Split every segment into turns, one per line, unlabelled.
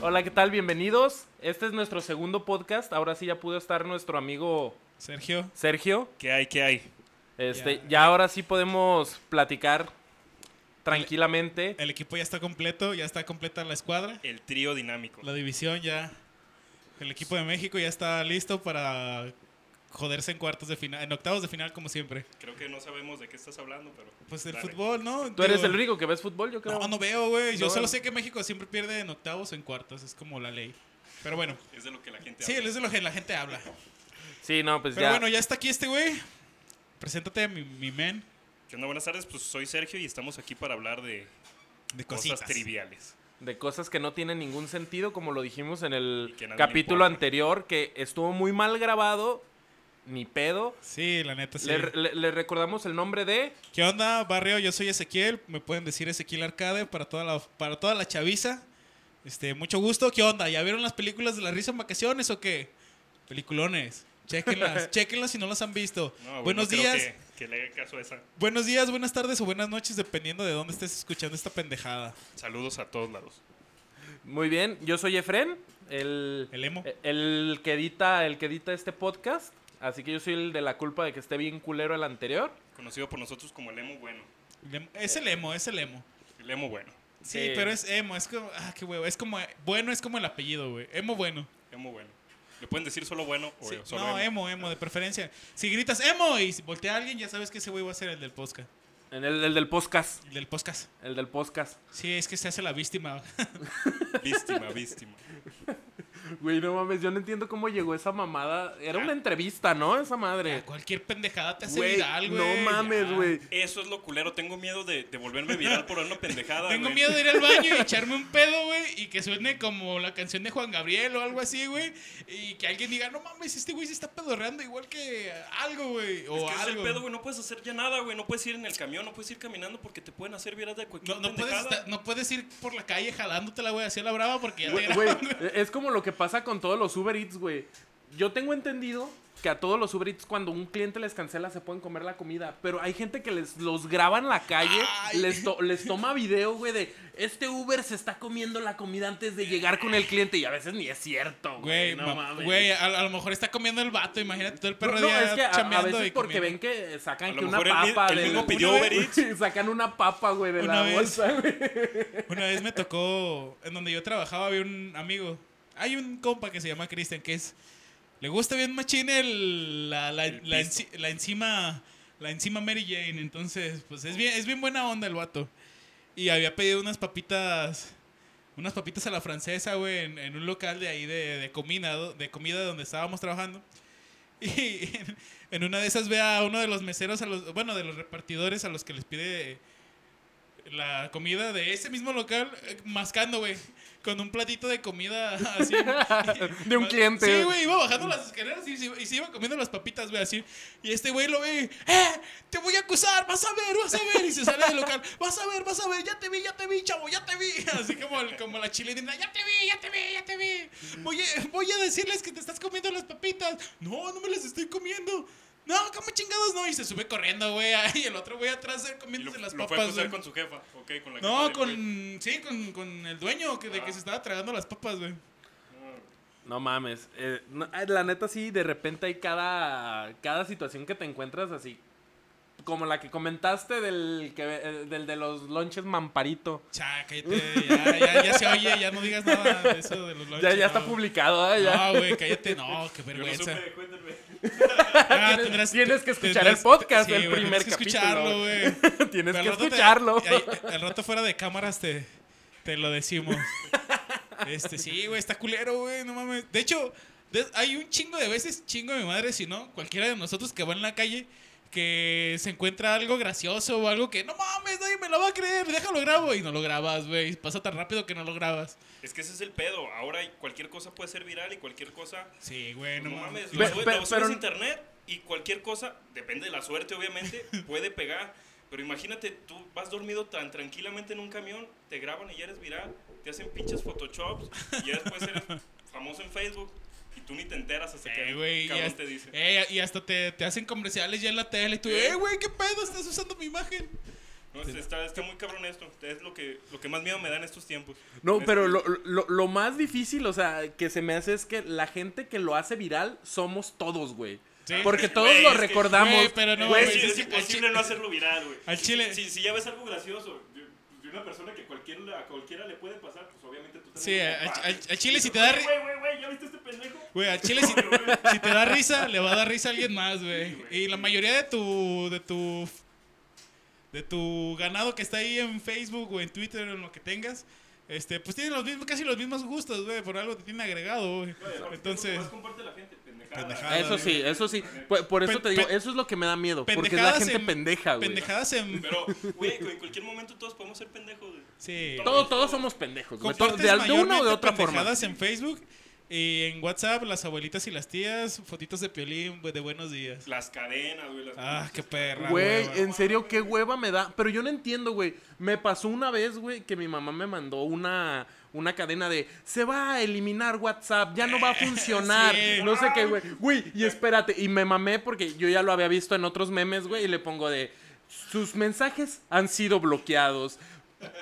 Hola, ¿qué tal? Bienvenidos. Este es nuestro segundo podcast. Ahora sí ya pudo estar nuestro amigo
Sergio,
Sergio.
¿qué hay? ¿Qué hay?
Este,
Ya.
ya ahora sí podemos platicar tranquilamente.
El equipo ya está completo, ya está completa la escuadra,
El trío dinámico.
la división ya. El equipo de México ya está listo para joderse en cuartos de final, en octavos de final como siempre.
Creo que no sabemos de qué estás hablando, pero.
Pues el
dale.
fútbol, ¿no?
Tú eres
Digo,
el único que ves fútbol, yo creo.
No, no veo, güey. Yo
No,
solo
no.
sé que México siempre pierde en octavos o en cuartos, es como la ley. Pero bueno,
Es de lo que la gente
sí,
habla.
es de lo que la gente habla.
Sí, no, pues
Pero
ya.
bueno, ya está aquí este güey. Preséntate, mi, mi men,
¿Qué onda? Buenas tardes, pues soy Sergio y estamos aquí para hablar de
de
cosas
cositas.
triviales.
de cosas que no tienen ningún sentido, como lo dijimos en el
Y que a nadie le
capítulo
importa.
anterior, que estuvo muy mal grabado, ni pedo.
Sí, la neta, sí.
Le, le- le recordamos el nombre de...
¿Qué onda, barrio? Yo soy Ezequiel. Me pueden decir Ezequiel Arcade para toda la, para toda la chaviza. Este, mucho gusto. ¿Qué onda? ¿Ya vieron las películas de la risa en vacaciones o qué? Peliculones. Chequenlas, chequenlas si no las han visto.
No, güey,
buenos
no creo
días,
Que, que le haga caso a esa.
buenos días, buenas tardes o buenas noches, dependiendo de dónde estés escuchando esta pendejada.
Saludos a todos lados.
Muy bien, yo soy Efren, el,
El emo.
el que, edita, el que edita este podcast. Así que yo soy el de la culpa de que esté bien culero el anterior.
Conocido por nosotros como el emo bueno.
El emo- Es el emo, es el emo.
El emo bueno.
Sí,
Sí.
pero es emo, es como, ah, qué huevo, es como, bueno, es como el apellido, güey. Emo bueno.
Emo bueno. Le pueden decir solo bueno o
Sí,
solo
no, emo,
emo.
emo, de preferencia. Si gritas emo y si voltea a alguien, ya sabes que ese güey va a ser el del podcast.
En el, el del podcast.
El del podcast.
El del podcast.
Sí, es que se hace la víctima.
Víctima, víctima.
Güey, no mames, yo no entiendo cómo llegó esa mamada. Era una entrevista, ¿no? Esa madre.
Cualquier pendejada te hace
Güey,
viral, güey.
no mames,
ya.
güey.
Eso es lo culero. Tengo miedo de, de volverme viral por una pendejada.
Tengo
güey.
miedo de ir al baño y echarme un pedo, güey, y que suene como la canción de Juan Gabriel o algo así, güey, y que alguien diga, no mames, este güey se está pedorreando igual que algo, güey,
Es
o
que ese es el
algo.
pedo, güey. No puedes hacer ya nada, güey. No puedes ir en el camión, no puedes ir caminando porque te pueden hacer viral de cualquier
no, no puedes
pendejada.
estar- no puedes ir por la calle jalándotela, güey, hacia la brava porque ya te
Güey,
graban,
güey,
güey.
es como lo que pasa con todos los Uber Eats, güey. Yo tengo entendido que a todos los Uber Eats cuando un cliente les cancela se pueden comer la comida, pero hay gente que les los graba en la calle,
Ay.
les, to- les toma video, güey, de este Uber se está comiendo la comida antes de llegar con el cliente y a veces ni es cierto, güey.
Güey,
No
ma-
mames.
güey, a, a lo mejor está comiendo el vato, imagínate todo el
No,
perro
no,
día
es que a, a
chambeando
veces
y
porque ven
comiendo.
que eh, sacan
A lo
que una
mejor el mi-
papa
el
del-
mismo pidió Uber Eats.
sacan una papa, güey, de
Una
la
vez.
bolsa, güey.
Una vez me tocó, en donde yo trabajaba, había un amigo. Hay un compa que se llama Cristian, que es. Le gusta bien machín el, la, la,
El
la
pisto.
enci- la encima. La encima Mary Jane. Entonces, pues es bien, es bien buena onda el vato. Y había pedido unas papitas. Unas papitas a la francesa, güey, en, en un local de ahí de, de comida, do- de comida donde estábamos trabajando. Y en, en una de esas ve a uno de los meseros, a los, bueno, de los repartidores a los que les pide la comida de ese mismo local, eh, mascando, güey, con un platito de comida así.
De un cliente.
Sí, güey, iba bajando las escaleras y, se- y se iba comiendo las papitas, güey, así. Y este güey lo ve, ¡eh! ¡Te voy a acusar! ¡Vas a ver, vas a ver! Y se sale del local, ¡vas a ver, vas a ver! ¡Ya te vi, ya te vi, chavo, ya te vi! Así como, el- como la chilena, ¡ya te vi, ya te vi, ya te vi! Voy a, voy a decirles que te estás comiendo las papitas. No, no me las estoy comiendo. No, ¿cómo chingados no? Y se sube corriendo, güey. Y el otro güey atrás eh,
Y lo,
comiéndose las
lo fue a
papas,
acusar
güey.
con su jefa. Ok, con la jefa
No,
del güey.
con. Sí, con, con el dueño que, de que
Ah.
se estaba tragando las papas, güey.
No mames. eh, no, eh, la neta sí, de repente hay cada, cada situación que te encuentras así. Como la que comentaste del, que, eh, del de los lonches Mamparito.
Cha, cállate, ya, ya, ya se oye, ya no digas nada de eso de los
Ya,
lonches,
ya está
no.
publicado, ¿eh? Ya.
No, güey, cállate, no, qué
Yo no
vergüenza.
supe, cuéntame.
Ah,
Tienes- tienes que escuchar el podcast del
güey,
primer
tienes que
capítulo.
escucharlo, güey.
Tienes
Al
que
rato te-
escucharlo.
ahí- al rato fuera de cámaras te, te lo decimos. Este, sí, güey, está culero, güey, no mames. De hecho, de- hay un chingo de veces, chingo de mi madre, si no, cualquiera de nosotros que va en la calle que se encuentra algo gracioso o algo que no mames, nadie me lo va a creer, déjalo grabo y no lo grabas, güey. Pasa tan rápido que no lo grabas.
Es que ese es el pedo. Ahora cualquier cosa puede ser viral y cualquier cosa.
Sí, güey, no,
no
mames.
mames,
Pe-
lo, sube-
pe-
lo subes
pero-
a internet y cualquier cosa, depende de la suerte, obviamente, puede pegar. Pero imagínate, tú vas dormido tan tranquilamente en un camión, te graban y ya eres viral, te hacen pinches photoshops y ya después eres famoso en Facebook y tú ni te enteras hasta que
Eh,
un
güey, y,
cabrón
hasta-
te dice.
eh, y hasta te, te hacen comerciales ya en la tele y tú, eh, güey, qué pedo, estás usando mi imagen.
No, No, está, está muy cabrón esto. Es lo que, lo que más miedo me da en estos tiempos.
No,
En
pero
este.
estos-
lo, lo- lo más difícil, o sea, que se me hace es que la gente que lo hace viral somos todos, güey.
Sí.
Porque todos
Güey,
lo
es que-
recordamos.
güey, pero no,
Güey,
güey,
sí,
sí,
es,
sí,
imposible
al chi-
no hacerlo viral, güey.
al chile.
Si, si ya ves algo gracioso de, de una persona que cualquier, a cualquiera le puede pasar, pues obviamente tú
Sí,
también
al-
compartes.
al- al chile si te
Oye,
da ri-
Güey, güey, güey, ¿ya viste este pendejo?
Güey, al chile si, si te da risa, le va a dar risa a alguien más, güey. Y la mayoría de tu de tu de tu ganado que está ahí en Facebook o en Twitter o en lo que tengas, este pues tienen los mismos casi los mismos gustos, güey, por algo te tienen agregado, güey.
Oye, aparte,
Entonces,
Más comparte la gente, pendejada.
Pendejada.
Eso sí, eso sí. Por, por eso
Pen-
te digo,
pen-
eso es lo que me da miedo. Porque es la gente
en-
pendeja, güey.
Pendejadas en
Pero, güey, en cualquier momento todos podemos ser pendejos, güey.
sí.
Todos, todos somos pendejos, güey. Todos-
Compartes
De, de una o de
mayormente
otra forma.
pendejadas en Facebook y en WhatsApp las abuelitas y las tías, fotitos de Piolín güey, de buenos días.
Las cadenas, güey. Las...
Ah, qué perra,
Güey,
güey.
en serio, qué hueva me da. Pero yo no entiendo, güey. Me pasó una vez, güey, que mi mamá me mandó una, una cadena de se va a eliminar WhatsApp, ya no va a funcionar.
Sí.
No sé qué, güey. Güey, y espérate. Y me mamé porque yo ya lo había visto en otros memes, güey. Y le pongo de sus mensajes han sido bloqueados.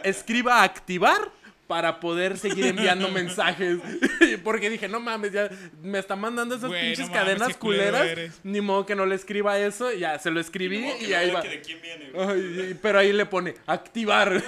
Escriba activar. Para poder seguir enviando mensajes. Porque dije, no mames, ya me está mandando esas
Güey, no
pinches
mames,
cadenas
qué culero
culeras.
eres.
Ni modo que no le escriba eso. Ya se lo escribí
Como que
y
no
ahí
vea
va.
que de quién viene, güey.
Ay, y- pero ahí le pone activar.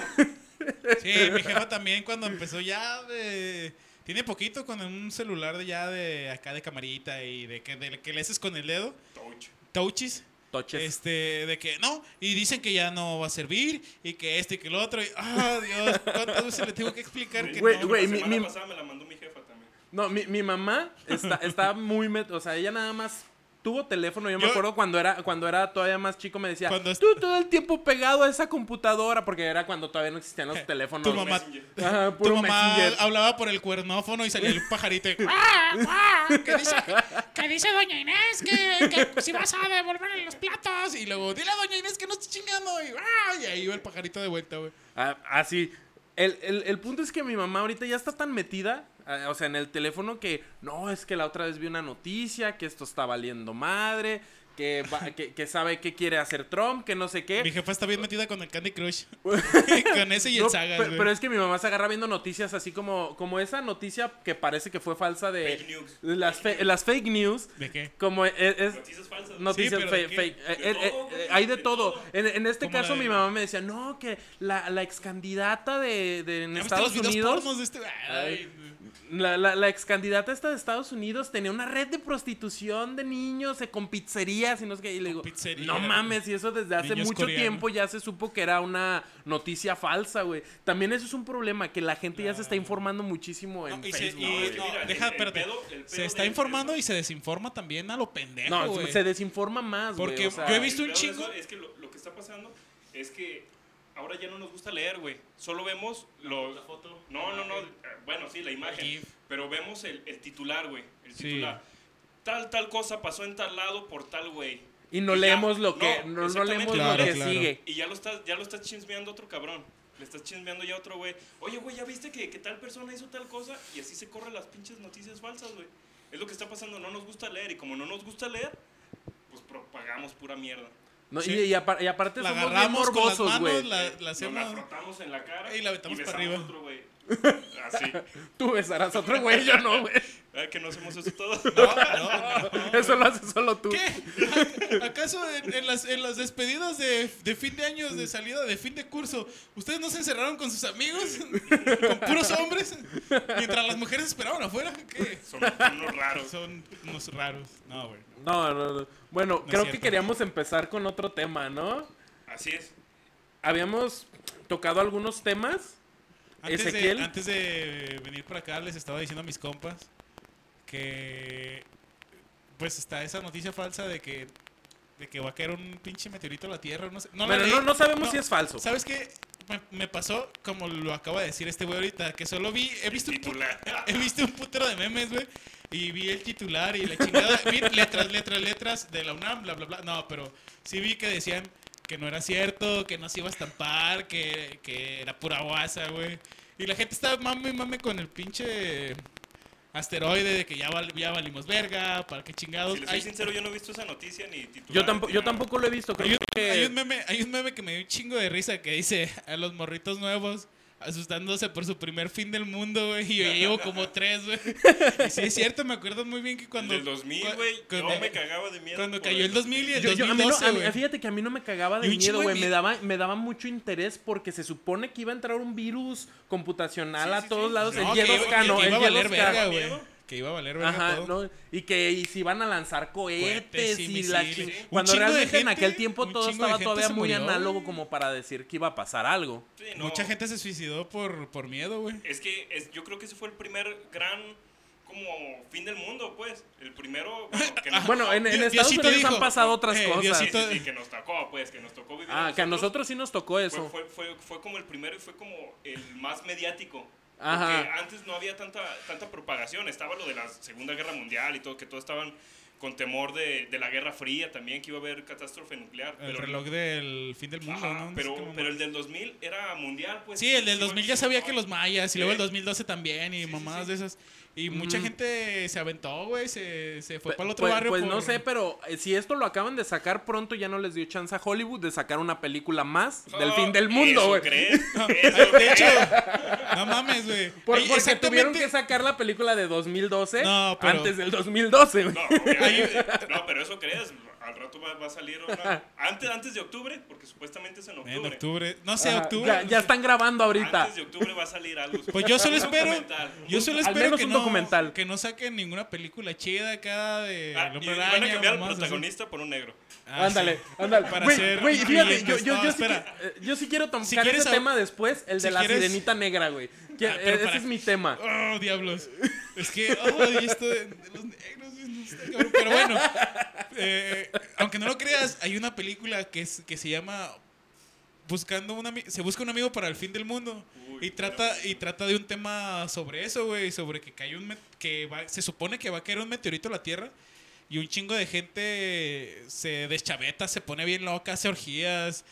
Sí, mi jefa también cuando empezó ya de... Tiene poquito con un celular de ya de acá de camarita y de que, de que le haces con el dedo,
Touch.
touches,
Toches.
este, de que no, y dicen que ya no va a servir y que este y que el otro, y ah, Dios, ¿cuántas veces le tengo que explicar que
Güey,
no?
güey,
la
mi-
semana
mi-
pasada me la mandó mi jefa también.
No, mi, mi mamá está, está muy... met- O sea, ella nada más tuvo teléfono. Yo, me
Yo-
acuerdo cuando era, cuando era todavía más chico me decía,
Cuando es-
tú todo el tiempo pegado a esa computadora porque era cuando todavía no existían los teléfonos.
Tu mamá,
Messenger.
Ajá,
tu
puro
mamá
Messenger.
hablaba por el cuernófono y salía el pajarito. y-
que dice, que dice doña Inés que, que si vas a devolverle los platos
y luego, dile a doña Inés que no esté chingando. Y, ah, y ahí iba el pajarito de vuelta, güey.
Ah, Así. El, el- el punto es que mi mamá ahorita ya está tan metida, ah, o sea, en el teléfono que no, es que la otra vez vi una noticia, que esto está valiendo madre, que, va- que, que sabe qué quiere hacer Trump, que no sé qué.
Mi jefa está bien metida con el Candy Crush. con ese y el
No,
Saga,
pe-
güey.
pero es que mi mamá se agarra viendo noticias así como, como esa noticia que parece que fue falsa de
Fake news.
las, fe- las fake news.
¿De qué?
Como es, es-
Noticias falsas. güey.
noticias
pero
fe-
¿de qué?
fake. Eh, eh,
De
eh,
todo, güey,
eh, hay de
de
todo.
todo.
En, en este
Como la
caso
de-
mi mamá me decía, no, que la, la ex candidata de, de- en
¿Ya viste
Estados
los videos
Unidos...
pornos de este? Ay, güey.
La, la, la ex candidata esta de Estados Unidos tenía una red de prostitución de niños eh, con pizzerías y no sé qué. Y le digo,
pizzería,
no mames, y eso desde hace
Niños
mucho
coreanos.
tiempo ya se supo que era una noticia falsa, güey. También eso es un problema, que la gente ya se está informando muchísimo en
No, y se,
Facebook.
y-
güey.
no,
Mira, el-
deja,
el
espérate.
pedo- el pedo
se está
de-
informando y se desinforma también a lo pendejo,
No,
güey.
se desinforma más, güey,
Porque
o sea,
yo he visto
El
un
peor de
chingo.
eso Es que lo, lo que está pasando es que ahora ya no nos gusta leer, güey. Solo vemos los... la foto. No, no, no. eh, Bueno, sí, la imagen.
GIF.
Pero vemos el, el titular, güey. El
Sí.
titular. Tal, tal cosa pasó en tal lado por tal güey.
Y no
Y ya,
leemos lo que,
no,
no, no
exactamente.
leemos
Claro,
lo que
claro.
sigue.
Y ya lo estás, ya lo estás chismeando a otro cabrón. Le estás chismeando ya a otro güey. Oye, güey, ¿ya viste que, que tal persona hizo tal cosa? Y así se corren las pinches noticias falsas, güey. Es lo que está pasando. No nos gusta leer. Y como no nos gusta leer, pues propagamos pura mierda.
No,
Sí.
y, y apar- y aparte
La
somos bien
agarramos con las
morbosos,
manos,
güey.
la, la
Eh, Nos la
hacemos.
frotamos en la cara
Y la aventamos para
besamos
arriba.
otro güey. Así.
Tú besarás a otro güey, yo no, güey.
Ay, que no hacemos eso todos.
No, no, no.
Eso lo haces solo tú.
¿Qué? ¿Acaso en, en las, en las despedidas de, de fin de años, de salida, de fin de curso, ustedes no se encerraron con sus amigos? ¿Con puros hombres? Mientras las mujeres esperaban afuera. ¿Qué?
Son unos raros.
Son unos raros. No, güey.
No, no, no. Bueno, creo que
cierto.
queríamos empezar con otro tema, ¿no?
Así es.
Habíamos tocado algunos temas.
Antes de,
Ezequiel.
antes de venir para acá, les estaba diciendo a mis compas que. Pues está esa noticia falsa de que. De que va a caer un pinche meteorito a la Tierra. No, sé, no la
Bueno,
leí.
no, no sabemos
No.
si es falso.
¿Sabes qué? Me, me pasó, como lo acaba de decir este güey ahorita, que solo vi. He visto un, pu-
Titular.
he visto un putero de memes, güey. Y vi el titular y la chingada. Vi letras, letras, letras de la UNAM, bla, bla, bla. No, pero sí vi que decían que no era cierto, que no se iba a estampar, que, que era pura guasa, güey. Y la gente estaba mame y mame con el pinche. asteroide de que ya, val- ya valimos verga, para qué chingados.
Si les soy
Hay-
sincero, yo no he visto esa noticia ni titular.
Yo, tampoco,
ni
yo
nada.
tampoco lo he visto. Creo
Hay un,
que-
hay un meme, hay un meme que me dio un chingo de risa que dice a los morritos nuevos asustándose por su primer fin del mundo, güey. Y yo ya llevo como tres, güey. Y sí, es cierto, me acuerdo muy bien que cuando.
Del 2000,
cua-
güey, yo
cuando-
me cagaba de miedo.
cuando
por
cayó el 2000 y el
Yo- yo- a mí no-
2012,
a mí-
güey.
fíjate que a mí no me cagaba de
Y un
miedo,
chingo de
güey. Me
miedo.
daba, me daba mucho interés porque se supone que iba a entrar un virus computacional
Sí,
a
sí,
todos
sí.
lados. el
No, que, iba-
G2K
que-
no,
que
el
iba a valer
G2K.
verga, güey.
¿Miedo?
Que iba a valer verga
Ajá,
todo.
¿no? Y que y si iban a lanzar cohetes
Cohetes y
y la
misiles.
chi-
Sí. Un
Cuando
chingo de
realmente en
gente-
aquel tiempo
un
todo
chingo de
estaba
gente
todavía
se
muy
murió,
análogo
güey.
como para decir que iba a pasar algo.
Sí, no.
Mucha gente se suicidó por, por miedo, güey.
Es que es, yo creo que ese fue el primer gran como fin del mundo, pues. El primero, bueno, que nos
Ah, Bueno,
tocó.
en, en
Dios-
Estados
Diosito
Unidos han
dijo,
pasado otras
eh,
cosas.
Sí, sí,
Diosito-
sí, que nos tocó, pues, que nos tocó vivir.
Ah, que a nosotros sí nos tocó
Fue,
eso.
fue, fue, fue como el primero y fue como el más mediático.
Ajá.
Porque antes no había tanta, tanta propagación. Estaba lo de la Segunda Guerra Mundial y todo, que todos estaban con temor de, de la Guerra Fría también, que iba a haber catástrofe nuclear.
El reloj del fin del mundo,
Ajá,
¿no? No sé
pero,
qué mamá.
pero el del 2000 era mundial, pues.
Sí, el del
fue-
2000 ya sabía que los mayas y luego el
Sí.
2012 también y
Sí, sí,
mamadas
sí.
de esas. Y mucha
Ujú.
gente se aventó, güey, se, se fue
Pues,
para el otro
pues-
barrio.
pues no
por-
sé, pero eh, si esto lo acaban de sacar pronto, ya no les dio chance a Hollywood de sacar una película más del
Ah,
fin del mundo,
¿eso
güey.
crees?
Ay,
Eso
De hecho,
crees.
no mames, güey.
Por-
Ahí
porque tuvieron que
exactamente-
sacar la película de 2012
No, pero-
antes del 2012, güey.
No, obviamente. no, pero eso crees. Al rato va, va a salir una- antes, antes de octubre, porque supuestamente es en octubre.
En octubre. No sé,
Ajá,
octubre.
ya, ya están grabando ahorita.
Antes de octubre va a salir algo.
Pues yo solo
Un
espero.
documental.
Yo solo
Al
espero
menos
que
un
no,
documental.
que no saquen ninguna película chida acá de.
Ah,
El
y
Hombre
van a
Araña,
cambiar al
mamadas así.
protagonista por un negro.
Ah,
ándale,
sí.
ándale.
Para
Güey,
hacer
güey, fíjate,
incluyentes.
yo, yo,
No,
yo sí
espera.
que- eh, yo sí quiero tocar
Si quieres
ese
hab-
tema después, el
si
de la
quieres-
sirenita negra, güey. Que-
Ah, pero
eh, ese
para-
es mi tema.
Oh, diablos. Es que, oh, y esto de, de los negros, güey, no está cabrón. Pero bueno, eh, aunque no lo creas, hay una película que, es- que se llama Buscando un ami- Se busca un amigo para el fin del mundo.
Uy,
y, trata, y trata de un tema sobre eso, güey. Sobre que cae un met- que va- se supone que va a caer un meteorito a la Tierra. Y un chingo de gente se deschaveta, se pone bien loca, hace orgías.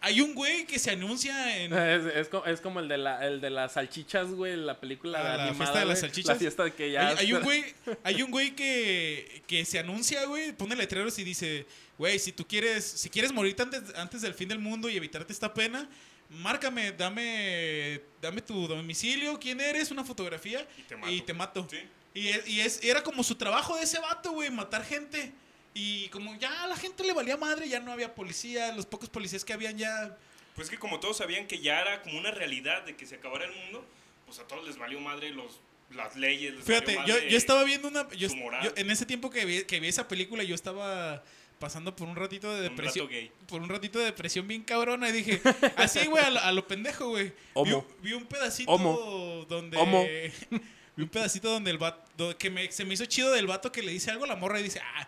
Hay un güey que se anuncia en,
Es, es co- es como el de, la, el de las salchichas, güey, la película
Ah, la
animada.
fiesta de las
güey,
salchichas.
La fiesta de que ya...
Hay, hay un güey, hay un güey que, que se anuncia, güey, pone letreros y dice, güey, si tú quieres, si quieres morirte antes, antes del fin del mundo y evitarte esta pena, márcame, dame, dame tu domicilio, quién eres, una fotografía
Y te mato.
y te mato.
Sí.
Y, es- y es- era como su trabajo de ese vato, güey, matar gente. Y como ya a la gente le valía madre, ya no había policía, los pocos policías que habían ya...
Pues que como todos sabían que ya era como una realidad de que se acabara el mundo, pues a todos les valió madre los, las leyes. les valió
Fíjate, yo,
madre-
yo estaba viendo una... Yo,
su moral.
yo- en ese tiempo que vi, que vi esa película, yo estaba pasando por un ratito de
un
depresión.
rato gay.
por un ratito de depresión bien cabrona y dije, así, güey, a, lo- a lo pendejo, güey. Vi,
Homo.
vi un pedacito
Homo.
donde...
Homo.
Vi un pedacito donde el vato... do- Que me, se me hizo chido del vato que le dice algo a la morra y dice, ah,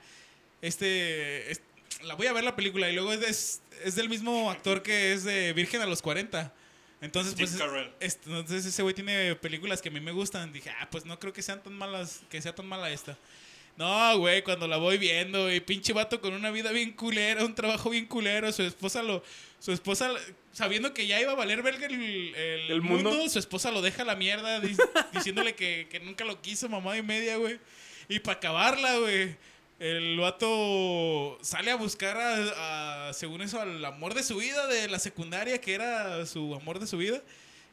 este... es- la voy a ver la película y luego es, de- es, es del mismo actor que es de Virgen a los 40. Entonces,
Steve
pues,
Carell.
es- entonces ese güey tiene películas que a mí me gustan. Dije, ah, pues no creo que sean tan malas, que sea tan mala esta. No, güey, cuando la voy viendo, y pinche vato con una vida bien culera, un trabajo bien culero, su esposa lo, su esposa, sabiendo que ya iba a valer verga el, el,
¿El mundo?
su esposa lo deja a la mierda, di- diciéndole que, que nunca lo quiso, mamá y media, güey. Y para acabarla, güey, el vato sale a buscar a, a, según eso, al amor de su vida de la secundaria, que era su amor de su vida.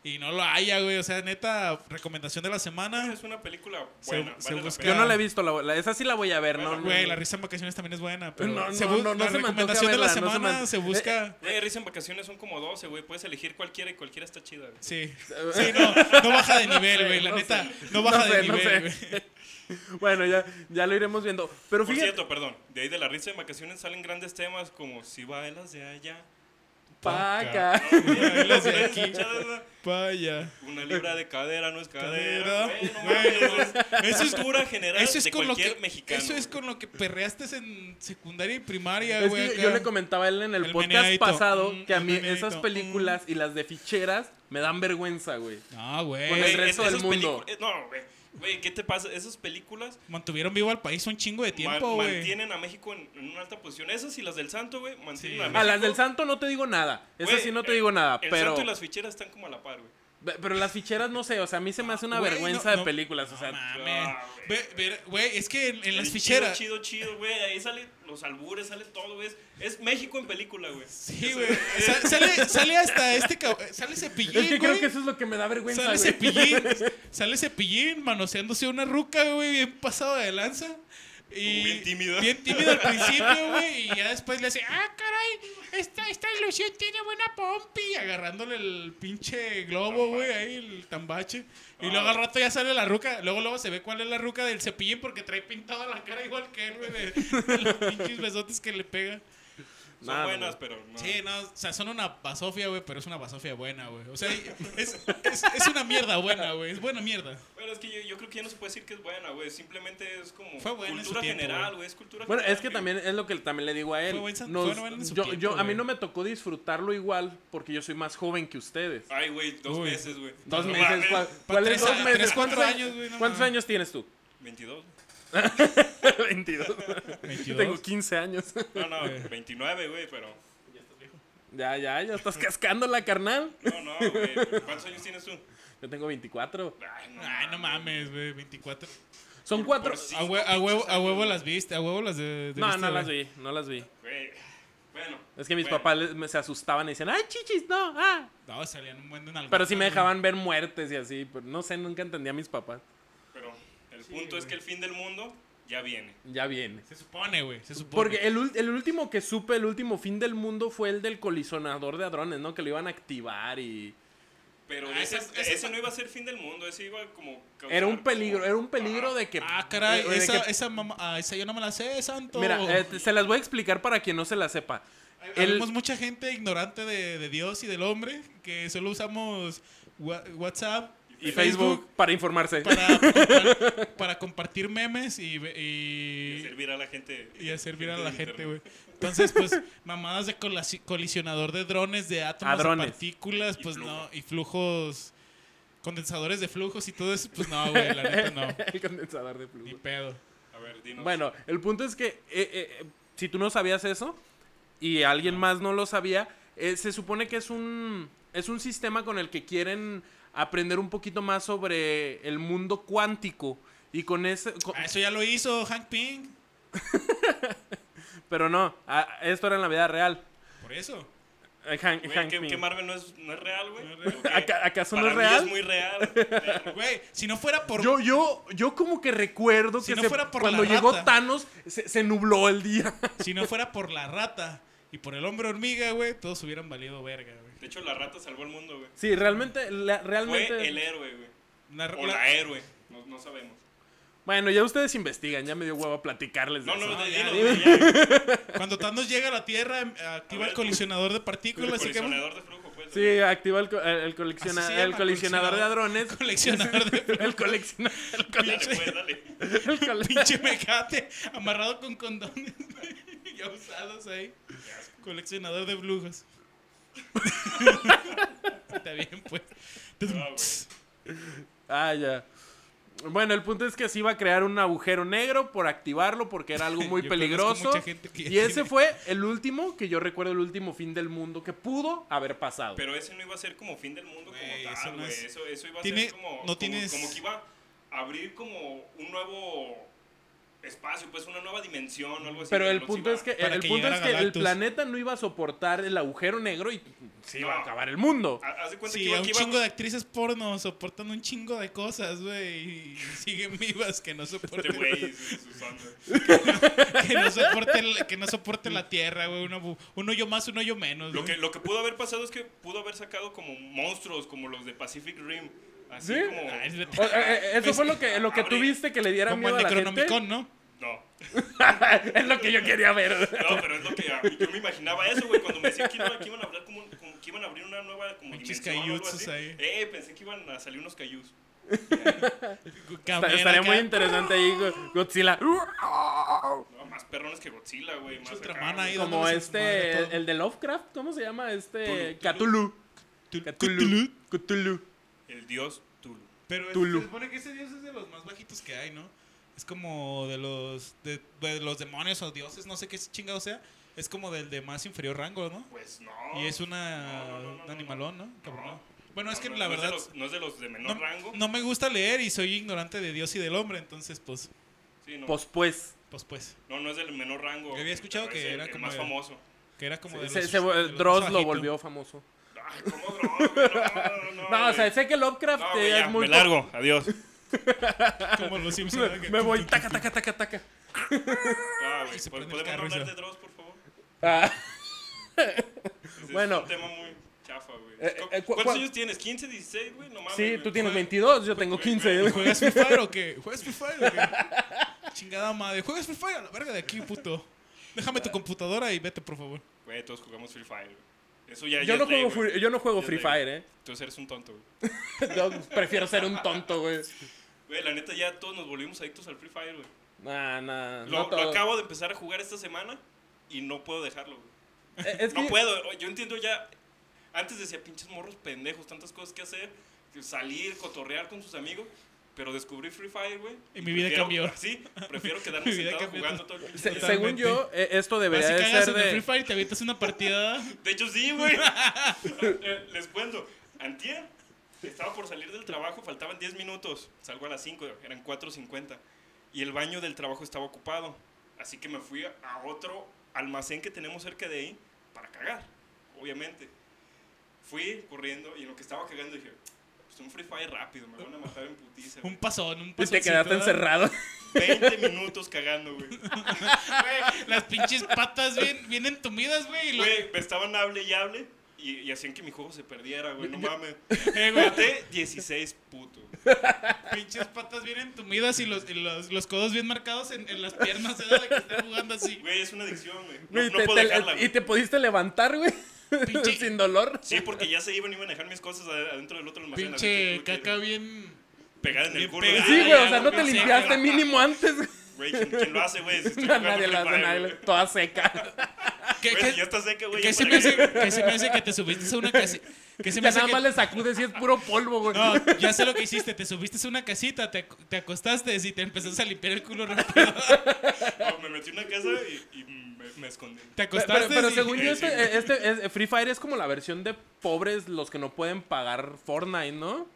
Y no lo haya, güey. O sea, neta, recomendación de la semana.
Ah, Es una película
Se-
buena.
se
vale la
busca-
pena.
Yo no la he visto, la, la- esa sí la voy a ver, ¿no?
Bueno,
no,
Güey,
no.
la risa en vacaciones también es buena, pero
No, no,
se bu-
no, no
la
se me antoja
recomendación de la
verla, no se me Eh,
semana
an-
se busca.
Güey, Risa en vacaciones son como 12, güey. Puedes elegir cualquiera y cualquiera está chida, güey.
Sí. Sí, no, no baja de nivel,
sé,
güey. la
eh, no
neta,
sé.
no baja
No
de
sé, no
nivel,
sé.
güey.
Bueno, ya, ya lo iremos viendo. Pero
Por
fíjate...
cierto, perdón, de ahí de la risa en vacaciones salen grandes temas como si bailas de allá.
Paca.
Bailas de
¿Ustedes
aquí.
escucharon esa?
Vaya.
Una libra de cadera no es cadera.
Cadera.
Güey, no mames,
Eso es-
cultura general
Eso es,
de
con lo
cualquier
que,
mexicano.
eso es con lo que perreaste en secundaria y primaria,
Es
güey.
que
acá.
yo le comentaba a él en el,
El
podcast
meneadito.
pasado
Mm,
que a
el
mí
meneadito.
esas películas y las de ficheras me dan vergüenza, güey.
No,
Con
Güey,
el
güey.
re- resto
es-
del
esas
mundo.
pelicu- eh, No, güey. Güey, ¿qué te pasa? Esas películas
Mantuvieron vivo al país un chingo de tiempo,
man-
güey.
mantienen a México en, en una alta posición. Esas y las del Santo, güey, mantienen
Sí.
a
A
México.
A las del santo no te digo nada. Ah, Esas
Güey,
sí no te
eh,
digo nada,
El
pero...
Santo y las ficheras están como a la par, güey.
Ve- Pero las ficheras, no sé, o sea, a mí se me hace una
Güey,
vergüenza
no,
de
no,
películas, o sea.
Mames.
Ah, güey.
Ve- ver- Güey, es que en, en las
El
ficheras.
Chido, chido, chido, güey. Ahí salen los albures, sale todo, güey. Es- Es México en película, güey.
Sí, güey. Sa- Sale, sale hasta este. cab- Sale cepillín.
es que creo
güey.
que eso es lo que me da vergüenza.
Sale
güey.
cepillín. Sale cepillín manoseándose una ruca, güey, bien pasado de lanza. Y
Bien tímido.
Bien tímido al principio, güey. Y ya después le hace, ah,
caray, esta, esta ilusión tiene buena pompi.
y agarrándole el pinche globo, güey, ahí el tambache. Y
Ah.
luego al rato ya sale la ruca. Luego luego se ve cuál es la ruca del cepillín porque trae pintada la cara igual que él, güey, de, de los pinches besotes que le pega.
Son
Nada, güey.
buenas, pero no.
Sí, no, o sea, son una basofia, güey, pero es una basofia buena, güey. O sea, es, es, es una mierda buena, güey. Es buena mierda.
Pero es que yo, yo creo que ya no se puede decir que es buena, güey. Simplemente es como
Fue buena en su
cultura
tiempo,
general,
güey.
güey. Es cultura
Bueno,
general.
es que también es lo que también le digo a él.
Fue buen san-
Nos-
fue bueno en su
yo,
tiempo,
yo, a mí
güey.
no me tocó disfrutarlo igual porque yo soy más joven que ustedes.
Ay, güey, dos
Uy.
meses, güey.
Dos
No
meses,
mames.
¿cuál,
Ah, Pa'
cuál
tres
es dos
a-
meses?
tres, cuatro
¿Cuántos
años, güey, no
¿Cuántos
mames.
años tienes tú?
22. güey.
22. Yo
22.
tengo 15 años.
No, no, 29, güey, pero.
ya, ya, ya estás cascando la carnal.
No, no, güey. ¿Cuántos años tienes tú?
Yo tengo 24.
Ay, no.
Ay, no ah, mames, güey, 24.
Son cuatro.
por sí.
A, hue- a huevo, a huevo las viste, a huevo las de, de
No,
viste,
no las
güey.
vi, no las vi.
Güey. Bueno.
Es que mis
bueno.
papás les- me- se asustaban y decían, ay, chichis, no, ah.
No, salían un buen de nalgotas,
Pero sí me
güey.
dejaban ver muertes y así. Pero no sé, nunca entendí a mis papás.
Pero el punto es que el fin del mundo ya viene.
Ya viene.
Se supone, güey, se supone.
Porque el, ul- el último que supe, el último fin del mundo fue el del colisionador de hadrones, ¿no? Que lo iban a activar y...
Pero
Ah,
ese,
esa- esa-
ese no iba a ser fin del mundo, ese iba como. causar
Era un peligro,
como-
era un peligro
Ajá.
de que...
Ah, caray,
eh, de- de
esa,
que-
esa mamá, ah, esa yo no me la sé, santo.
Mira, eh, te- se las voy a explicar para quien no se la sepa. el-
Tenemos mucha gente ignorante de, de Dios y del hombre que solo usamos wa- WhatsApp
Y Facebook para informarse.
para, compar- para compartir memes y, ve-
Y
y,
servir a la gente.
y hacer viral a la
del
gente,
internet.
güey. Entonces, pues, mamadas de colasi- colisionador de drones, de átomos, de
Hadrones.
partículas,
Y
pues
flujo.
no, y flujos, condensadores de flujos y todo eso, pues no, güey, la neta no.
el condensador de
Ni
flujos.
pedo.
A ver, dinos.
Bueno, el punto es que eh, eh, eh, si tú no sabías eso y alguien más no lo sabía, eh, se supone que es un, es un sistema con el que quieren aprender un poquito más sobre el mundo cuántico. Y con ese... con-
Ah, eso ya lo hizo Hank Ping.
pero no, a- esto era en la vida real.
Por eso.
Eh, Han-
Güey,
Hank
¿que,
Pym.
que Marvel no es, no es real, güey.
¿Aca- acaso no
Para
es
mí
real?
Es muy real.
Güey, si no fuera por.
Yo, yo, yo como que recuerdo
Si
que
no
se-
fuera por
cuando
la
llegó
rata.
Thanos se, se nubló el día.
Si no fuera por la rata y por el hombre hormiga, güey, todos hubieran valido verga, güey.
De hecho, la rata salvó el mundo, güey.
Sí, realmente, la- realmente.
Fue el héroe, güey.
La-
O
la-
la héroe. No, no sabemos.
Bueno, ya ustedes investigan, ya me dio huevo platicarles de
No,
eso.
no, no,
Pues ya,
dinos,
dime.
güey, ya.
Cuando Thanos llega a la Tierra, em, activa
ver.
el colisionador de partículas y que.
Colisionador de flujo, pues.
Sí, activa el, co- el- el colecciona-
Así se
el
llama,
coleccionador de hadrones.
Coleccionador de
el coleccionador. El,
Dale,
cole-
pues, dale.
el cole-
Pinche mecate amarrado con condones güey, ya usados ahí. Coleccionador de flujos. Está bien, pues.
Ah, güey.
Ah, ya. Bueno, el punto es que se iba a crear un agujero negro por activarlo porque era algo muy
Yo conozco
peligroso.
mucha gente que
Y
tiene-
ese fue el último, que yo recuerdo el último fin del mundo que pudo haber pasado.
Pero ese no iba a ser como fin del mundo
Güey,
como
eso
tal,
no
güey.
es-
Eso, eso iba a
Tiene-
ser como,
no
como-
tienes-
como que iba a abrir como un nuevo espacio, pues una nueva dimensión o algo así.
Pero
que
el
los
punto
iba-
es que,
Para
el,
que
punto es
llegara
que el
Galactus.
planeta no iba a soportar el agujero negro y se iba a
No.
acabar el mundo.
Ah.
Ha- Haz de cuenta que
Sí,
iba,
a un
que iba-
chingo de actrices porno soportan un chingo de cosas, güey. Y siguen vivas que no
Este
soportan,
güey, su- su son-
que no soporten, la- que no soporten la tierra, güey. Una bu- Un hoyo más, un hoyo menos.
Lo
güey.
que, lo que pudo haber pasado es que pudo haber sacado como monstruos, como los de Pacific Rim. Así
¿Sí?
como.
Ah, es-
O- eh, eh, eso
Es-
fue lo que, lo que
abre-
tuviste que le diera
Como el
miedo a la gente.
Necronomicon, ¿no?
No.
es lo que yo quería ver.
No, pero es lo que a mí- yo me imaginaba eso, güey. Cuando me decían que, iba- que iban a hablar como, como que iban a abrir una nueva como
Pinches
dimensión o algo
cayutzos
así.
ahí.
Eh, pensé que iban a salir unos cayús.
Esta-
Camela
Estaría
acá.
muy interesante ahí Go- Godzilla.
No, más perrones que Godzilla, güey. Más acá,
Ultraman
güey.
ahí.
Como
dándole su madre a
este,
todo.
el, el de Lovecraft, ¿cómo se llama? Este,
Tulu,
Cthulhu.
Tul-
Cthulhu. Cthulhu.
El dios Tulu.
Pero es-
Tulu.
se supone que ese dios es de los más bajitos que hay, ¿no? Es como de los de, de los demonios o dioses, no sé qué chingado sea. Es como del de más inferior rango, ¿no?
Pues no.
Y es una
No, no, no, no,
un animalón, ¿no? Cabrón.
No.
Bueno, es que
no,
la
no es de
verdad
los- no es de los de menor
no,
rango.
no me gusta leer y soy ignorante de Dios y del hombre, entonces pues
Sí, no.
Pues pues.
pues pues
no, no es del menor rango.
Yo había escuchado
pero es
que
el-
era
el
como
más
de-
famoso.
que era como de
se-
los-
se-
de los
Dross
más
lo
bajito.
volvió famoso.
Ay, ¿cómo droga, güey? No, no, no,
No, o sea,
güey.
sé que Lovecraft
No,
eh,
güey, ya,
es muy.
me largo. Adiós.
como los Simpsons. ¿no?
Me,
Que-
me voy, taca, taca, taca, taca.
Ah, güey,
Y se
¿pod-
prende el
¿Podemos
carro y
hablar
se-
de Dross, por favor?
Ah,
Ese
Bueno.
Es un tema muy chafa, güey.
Eh,
¿Cu-
eh, cu-
¿Cuántos
cu-
años tienes? ¿15, 16, güey? No mames.
sí,
güey.
tú tienes
Fue-
22, yo tengo
güey,
15. güey.
¿Juegas Free Fire o qué? ¿Juegas Free Fire o qué? Chingada madre. ¿Juegas Free Fire? A la verga de aquí, puto. Déjame tu computadora y vete, por favor.
Güey, todos jugamos Free Fire, güey. Eso ya
Yo
ya
no,
es ley,
juego,
güey.
Free- yo no juego
Ya
Free
es ley.
Fire, eh.
Entonces eres un tonto, güey.
Yo prefiero ser un tonto, güey.
Güey, la neta ya todos nos volvimos adictos al Free Fire, güey.
Nah, nah,
Lo,
no
lo
todo.
acabo de empezar a jugar esta semana y no puedo dejarlo, güey.
Eh, es
No
que-
puedo, yo entiendo ya. Antes decía pinches morros pendejos, tantas cosas que hacer, que salir, cotorrear con sus amigos, pero descubrí Free Fire, güey.
Y mi vida
prefiero-
cambió.
Sí, prefiero quedarme
Mi vida
sentado
cambió
jugando todo el pinche
se-
día.
según yo, eh, esto debería
Así
de
cagas
ser
en el Free
de.
Fire y te avientas una partida.
De hecho, sí, güey. Eh, Les cuento. Antier estaba por salir del trabajo, faltaban 10 minutos. Salgo a las 5, eran 4.50. Y el baño del trabajo estaba ocupado. Así que me fui a otro almacén que tenemos cerca de ahí para cagar, obviamente. Fui corriendo y en lo que estaba cagando dije, pues un Free Fire rápido, me van a matar en putiza. güey".
Un pasón, un
Y
pasón.
te quedaste encerrado.
20 minutos cagando, güey.
Las pinches patas bien, bien entumidas, güey. y lo-
Güey, me estaban hable y hable y, y hacían que mi juego se perdiera, güey, no mames.
Eh, güey,
Maté 16 putos.
pinches patas bien entumidas y los, y los, los codos bien marcados en, en las piernas. Era de que estar jugando así.
Güey, es una adicción, güey. No,
Güey,
no
te-
puedo
te-
dejarla,
y
güey.
te pudiste levantar, güey.
Pinche-
Sin dolor.
Sí, porque ya se iban iban a dejar mis cosas ad- adentro del otro almacén. así que
Pinche
tuve que
caca bien.
Pegar en el
bien
culo.
pegada.
Sí,
Ah,
güey,
ya,
o sea,
no
no te
sé,
limpiaste mínimo antes. güey.
Güey, ¿quién, quién lo hace, güey? Si estoy jugando
Nadie lo
Free
hace,
Fire,
nadie
güey.
lo- Toda seca.
¿Qué,
Güey,
qué-
si ya está seca, güey.
qué
ya
se
para
me
qué.
hace, qué se me hace que te subiste a una casa? ¿Qué se me
Ya
hace
nada
que-
más le sacudes y es puro polvo, güey.
No, ya sé lo que hiciste. Te subiste a una casita, te, ac- te acostaste y te empezaste a limpiar el culo rápido.
No, me metí en una casa y, y me, me escondí.
Te
Pero,
acostaste.
pero, pero
y-
según yo,
sí,
este,
sí.
eh, este es- Free Fire es como la versión de pobres los que no pueden pagar Fortnite, ¿no?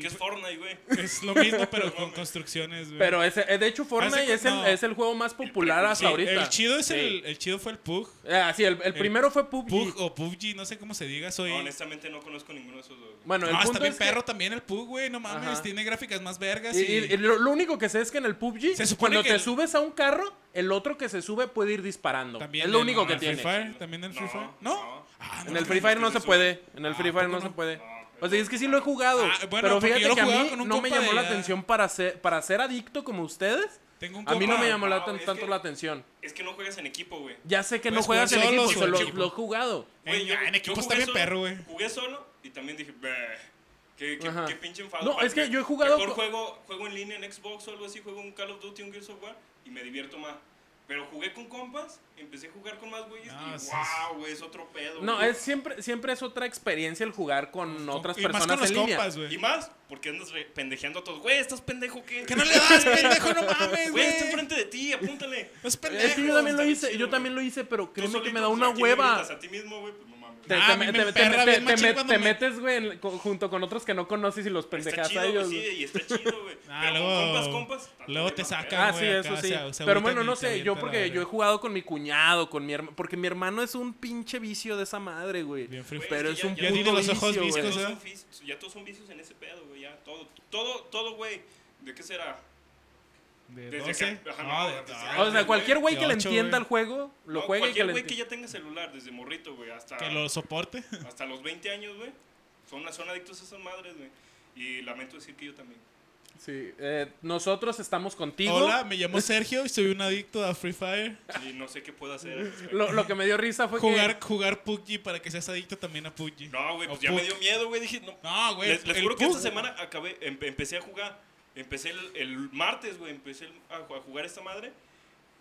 ¿Qué es Fortnite, güey?
Es lo mismo, pero con construcciones, güey.
Pero ese, eh, de hecho, Fortnite
Hace-
es el,
Ah, no.
es el juego más popular hasta
Sí,
ahorita.
El chido es
Sí.
el, el chido fue el Pug.
Ah, sí, el, el primero fue PUBG.
Pug o PUBG, no sé cómo se diga, soy.
No,
No,
honestamente no conozco ninguno de esos dos. güey.
Bueno, el
está
punto
bien
es que-
perro también el Pug, güey, no mames,
Ajá.
tiene gráficas más vergas
y,
y,
y- y lo, lo único que sé es que en el PUBG,
Se supone
cuando
que
te
el-
subes a un carro, el otro que se sube puede ir disparando.
también
es lo
el-
único que
el Free
tiene.
Fire, también el Free
No,
Fire.
no.
No. Ah,
En el Free Fire no se puede. En el
Ah,
Free Fire
¿poco
no se
no?
puede.
No,
O sea, es que sí lo he jugado.
Ah, bueno,
pero
porque yo
fíjate
lo
que a
jugaba
mí
con un
no me
compa
llamó
de
la
ya-
atención para ser, para ser adicto como ustedes.
Tengo un
A mí no
compa-
me llamó la
no,
tan-
es
tanto
que-
la atención.
Es que no juegas en equipo, güey.
Ya sé que no
Puedes
juegas en
jugar
equipo,
solos o en
solo
equipo.
lo he jugado.
Güey,
Güey, yo-
ah, en
yo
equipo
jugué
está bien
solo-
perro, güey.
Jugué solo y también dije, "Bleh, Qué, qué,
Ajá.
qué pinche enfado.
No,
padre".
es que yo he jugado
Mejor
co-
juego, juego en línea en Xbox o algo así, juego un Call of Duty, un Gears of War y me divierto más. Pero jugué con compas, empecé a jugar con más güeyes
No,
y
sí,
wow, güey, es otro pedo.
No,
güey".
es siempre, siempre es otra experiencia el jugar con otras
y más
personas
con los
en línea.
compas,
Y
güey.
más, porque andas re- pendejeando a todos. Güey, ¿estás pendejo qué?
Que no le das, pendejo, no mames,
Güey,
güey.
está enfrente de ti, apúntale.
No es pendejo.
Es que yo también lo
está
hice,
chido,
yo
güey.
también lo hice, pero
Tú
créeme que
solito,
me da
pues,
una
¿a quién
hueva.
imitas? A ti mismo, güey, pues no mames.
Te,
Ah,
te
a mí
me-
me
te- te-
emperra
te-
bien
te-
machín
te-
cuando
te
me-
metes, güey, en- co- junto con otros que no conoces y los
Está
pendejas
chido,
a
güey,
ellos.
sí,
güey.
y está chido, güey.
Ah,
Pero
luego-
con compas, compas. tanto
luego
de
te
mamá,
sacan.
Ah,
güey,
sí,
acá
eso sí.
se- se
Pero
agüitan
bueno,
y
no
se
sé, yo
avientan a
porque
la
yo he
verga.
jugado con mi cuñado, con mi hermano, porque mi hermano es un pinche vicio de esa madre, güey.
Ah, Bien free.
Pero
Güey,
es
ya-
un
ya
puto
tiene los ojos
vicio, güey.
Ya
viscos,
todos,
¿eh?
son vicios, ya todos son vicios en ese pedo, güey. Ya todo, todo, todo, güey. ¿De qué será?
De
Desde
12.
que- ajá,
No,
no,
de-
desde-
no,
O sea, cualquier güey que le
Ocho,
entienda
¿eh? güey.
el juego, lo
No,
juega y que
cualquier
le
güey que
entienda.
ya tenga celular desde morrito, güey, hasta,
Que lo soporte.
hasta los 20 años, güey. Son, son adictos a esas madres, güey. Y lamento decir que yo también.
Sí, eh, nosotros estamos contigo.
Hola, me llamo Sergio y soy un adicto a Free Fire.
Y no sé qué puedo hacer. al respecto.
Lo, lo que me dio risa fue
Jugar,
que
jugar PUBG para que seas adicto también a PUBG.
No, güey, pues
O
ya me
Pug.
dio miedo, güey. Dije, no.
No, güey.
les, les
el
juro que
Pug-
esta semana acabé, em- empecé a jugar. Empecé el, el martes, güey. Empecé el- a, ju- a jugar esta madre.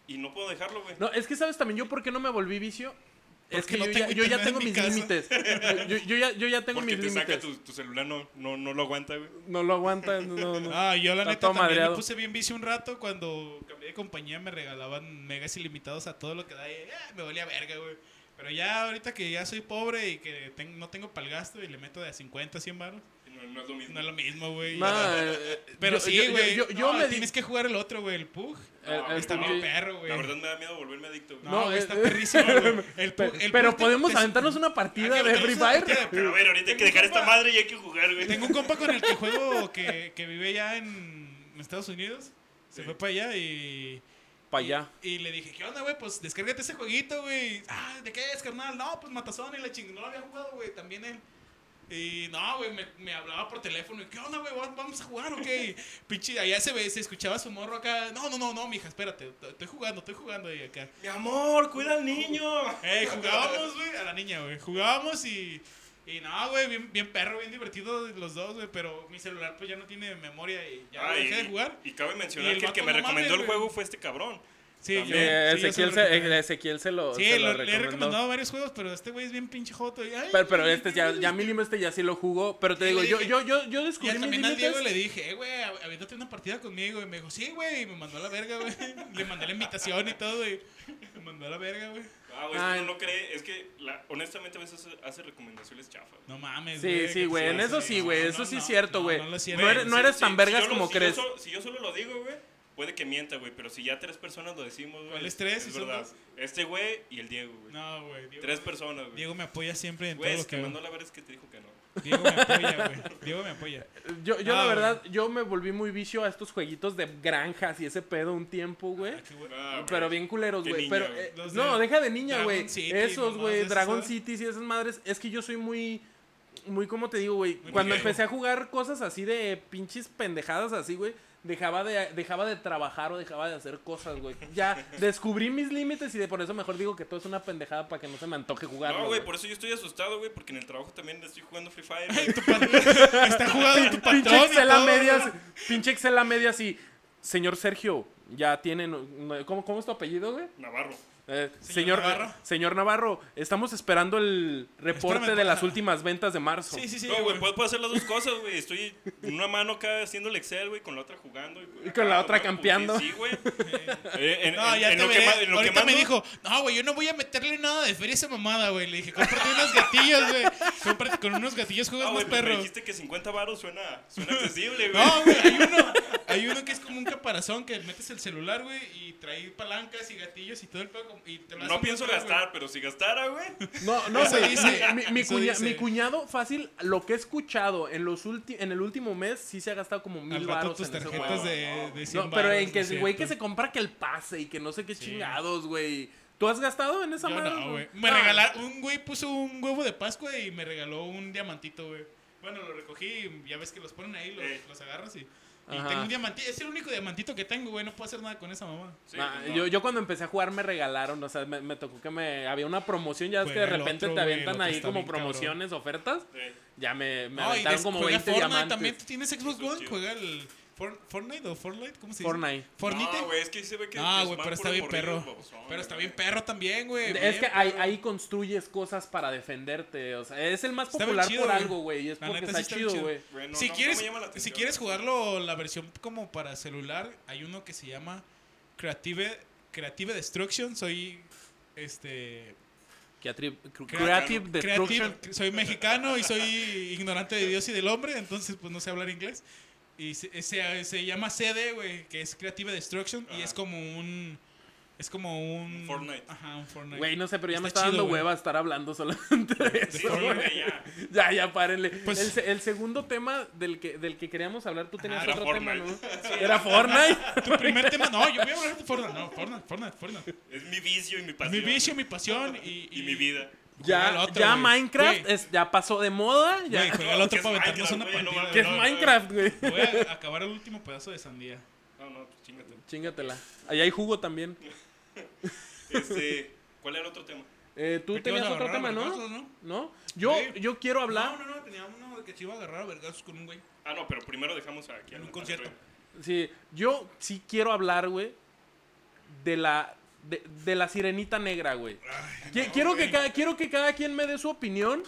Y no puedo dejarlo, güey.
No, es que sabes también yo por qué no me volví vicio. Es que
Porque no
yo, ya,
tengo
yo ya
internet en
tengo
mi
mis
casa.
límites. Yo, yo ya, yo ya tengo
Porque
mis
te saca
límites.
tu, tu celular, no, no, no lo aguanta, güey.
No lo aguanta. No, no.
Ah, yo la
Está
neta
todo
también
madreado.
me puse bien vicio un rato cuando cambié de compañía me regalaban megas ilimitados a todo lo que da y eh, me "Ah, valía verga, güey. Pero ya ahorita que ya soy pobre y que ten- no tengo para el gasto y le meto de a 50, 100 baros,
No, no es lo mismo.
no es lo mismo, güey.
No, eh,
Pero
yo-
sí,
yo-
güey.
Yo, yo- yo
no,
me di-
tienes que jugar el otro, güey, el Pug.
el- el-
Está
no,
bien perro, güey.
Ah, La verdad me da miedo volverme adicto. güey.
No,
No,
güey, está
eh,
perrísimo, güey. El
pe-
Pug- el
pero
Pug te-
podemos
te-
aventarnos una partida
Aquí
de Free
aventamos una partida
Fire.
de-
Pero a ver, ahorita hay que dejar esta madre y hay que jugar, güey.
Tengo un compa con el que juego que, que vive ya en Estados Unidos. Se
Sí.
fue para allá y.
Para
y-
allá.
Y, le dije, ¿qué onda, güey? Pues descárgate ese jueguito, güey. Ah, ¿de qué es, carnal? No, pues Matazón y la chingada. No lo había jugado, güey. También él. Y no, güey, me, me hablaba por teléfono. y, ¿Qué onda, güey? ¿Va- ¿Vamos a jugar o qué? Y Pinche, allá se, ve, se escuchaba su morro acá. No, no, no, no, mija, espérate. t- Estoy jugando, estoy jugando. Y acá.
Mi amor, cuida al niño.
Eh, jugábamos, güey, a la niña, güey. Jugábamos y. Y no, güey, bien, bien perro, bien divertido los dos, güey. Pero mi celular, pues ya no tiene memoria y ya lo
Ay,
dejé de jugar.
Y cabe mencionar
Y el
que el que
vato
me
no
recomendó
mames,
el
güey.
juego fue este cabrón.
Sí,
también.
yo-
Eh,
sí, yo se lo
Ezequiel,
recomendé.
se, Ezequiel se lo,
Sí,
se lo
lo- le he
recomendó.
recomendado varios juegos, pero este güey es bien pinche joto. y, ay,
Pero, pero
güey,
este ya,
güey,
ya mínimo este ya sí lo jugó. Pero te
Sí,
digo,
le
yo,
dije-
yo, yo, yo
Y
descubrí mis
también al Diego
límites.
le dije, eh, güey, av- aviéntate una partida conmigo. Y me dijo, sí, güey. Y me mandó a la verga, güey. Le mandé la invitación y todo. Y me mandó a la verga, güey.
Ah, güey,
Ay.
uno no cree. Es que, la- honestamente, a veces hace recomendaciones chafas.
No mames,
Sí, sí,
qué
güey. En
chingada,
eso sí,
no,
güey.
no,
Eso sí
no,
es cierto,
no,
güey.
No, lo
No
siento.
eres- no eres tan vergas como crees.
Yo, solo- si yo solo lo digo, güey, puede que mienta, güey. Pero si ya tres personas lo decimos, güey.
¿Cuáles tres? Si
Es
son
verdad.
dos.
Este güey y el Diego, güey.
No, güey. Diego-
Tres personas, güey.
Diego me apoya siempre en
Güey,
todo
es
lo que
que mandó
hago.
la verdad es que te dijo que no.
Diego me apoya, güey. Diego me apoya.
Yo, yo la
Ah,
verdad, yo me volví muy vicio a estos jueguitos de granjas y ese pedo un tiempo, güey.
Ah, güey.
Pero bien culeros,
De
güey.
niña,
Pero,
güey.
eh,
Los
no,
de
deja de niña,
Dragon
güey.
City,
Esos,
mamás de
güey.
esas,
Dragon
¿sabes?
City y esas madres. Es que yo soy muy. Muy, como te digo, güey.
Muy
Cuando
viejo.
empecé a jugar cosas así de pinches pendejadas así, güey. Dejaba de, dejaba de trabajar o dejaba de hacer cosas, güey. Ya descubrí mis límites y de por eso mejor digo que todo es una pendejada para que no se me antoje jugar.
No, güey, por eso yo estoy asustado, güey, porque en el trabajo también estoy jugando Free Fire. güey.
Está jugando tu patrón.
Pinche
y
Excel a
todo,
medias.
güey.
Pinche Excel a medias y. Señor Sergio, ya tienen. ¿Cómo, cómo es tu apellido, güey?
Navarro.
Eh,
Señor
señor,
Navarro.
Navarro. señor Navarro, estamos esperando el reporte
Espérame,
de las
porfa.
últimas ventas de marzo.
Sí, sí, sí.
no, güey, puedo, puedo hacer las dos cosas, güey. Estoy en una mano acá haciendo el Excel, güey, con la otra jugando.
Y con la
acá,
otra
güey,
campeando.
Sí, güey. Eh, en,
No,
en-
ya
en
te
lo que
veré.
más- en lo que
Ahorita
más
me
no-
dijo, no, güey, yo no voy a meterle nada de feria a esa mamada, güey. Le dije, cómprate unos gatillos, güey. Cómprate con unos gatillos
Ah,
juegas
güey,
más
pero me
perro.
dijiste que 50 baros suena, suena accesible, güey.
No, güey, hay uno, hay uno que es como un caparazón que metes el celular, güey, y trae palancas y gatillos y todo el pedo. como- Y te lo
No,
hacen
pienso
más caro, güey.
gastar, pero si gastara, güey.
No, no,
Eso
güey,
dice,
mi, mi
eso
cuña-
dice.
mi cuñado fácil, lo que he escuchado en los ulti- en el último mes sí se ha gastado como mil
Al rato
baros
tus
en ese
tarjetas
juego.
de, de 100
No, pero
baros,
en que
no
el
es
güey que
cierto.
se compra que el pase y que no sé qué chingados, güey. ¿Tú has gastado en esa
Yo
madre?
no,
güey?
güey. Me
Ah,
regalaron, un güey puso un huevo de Pascua y me regaló un diamantito, güey. Bueno, lo recogí y ya ves que los ponen ahí, los,
Eh.
los agarras y, y
Ajá.
tengo un diamantito. Es el único diamantito que tengo, güey. No puedo hacer nada con esa mamá.
Sí,
nah,
pues no.
Ah, yo, yo cuando empecé a jugar me regalaron, o sea, me, me tocó que me había una promoción, ya ves que de
Juega el
repente
otro,
te
güey, el
aventan
otro
ahí
está
como
bien cabrón.
promociones, ofertas.
Sí.
Ya me, me
No, y
aventaron
des-
como
juega
20
Fortnite
diamantes.
también. ¿Tú tienes Xbox
Eso es
One?
chido.
Juega el For- Fortnite o Fortnite, ¿cómo se dice?
Fortnite.
Fortnite.
No, güey, es que ahí se ve que.
Ah,
es
güey,
más
pero está
puro
bien
morrillo
perro.
babosón,
Pero está
güey.
bien perro también, güey.
Es
bien
que ah, ahí,
perro.
ahí construyes cosas para defenderte. O sea, es el más
Está bien
popular
chido,
por
güey.
algo, güey. Y es
La
porque
neta sí
está,
está bien
chido,
chido.
güey.
Güey, no,
si,
no- no
quieres,
me llama la
si
atención.
quieres jugarlo la versión como para celular, hay uno que se llama Creative, Creative Destruction. Soy este
Creative,
Creative
Destruction.
creative, soy mexicano y soy ignorante de Dios y del hombre, entonces pues no sé hablar inglés. Y se, se- se llama CD, güey, que es Creative Destruction y
Ajá.
es como un es como un
Un Fortnite.
Ajá, un Fortnite.
Güey, no sé, pero ya me
Está
está
chido,
dando
güey.
hueva estar hablando solamente de
Sí,
eso.
güey, ya.
Ya, ya, párenle.
Pues- Ah,
el, se- el segundo tema del que, del que queríamos hablar, tú tenías
era
otro tema, ¿no?
Fortnite.
Era Fortnite.
Tu primer tema, no, yo voy a hablar de Fortnite, no, Fortnite, Fortnite, Fortnite.
Es mi vicio y mi pasión.
Mi vicio, mi pasión y,
y mi vida.
ya
Juega el otro,
ya
güey.
Minecraft
Güey.
es- ya pasó de moda. Ya.
Güey, juega el otro
¿qué
para
es
aventarnos una
Minecraft, güey? No
partida.
mames.
¿Qué es
no,
Minecraft, güey?
Voy a acabar el último pedazo de sandía.
No, no, pues chingate.
Chingatela. Ahí hay jugo también.
Este, ¿Cuál era el otro tema?
Eh, tú
¿Por qué vas
tenías
a
otro
agarrar a
tema,
vergazos,
¿no?
no?
¿No? Yo,
Sí.
yo quiero hablar.
No, no, no, tenía uno que se iba a agarrar a vergazos con un güey.
Ah, no, pero primero dejamos aquí.
En
al-
un
al
concierto.
rey.
Sí, yo sí quiero hablar, güey, de la de, de la sirenita negra, güey. Qui- quiero que cada quiero que cada quien me dé su opinión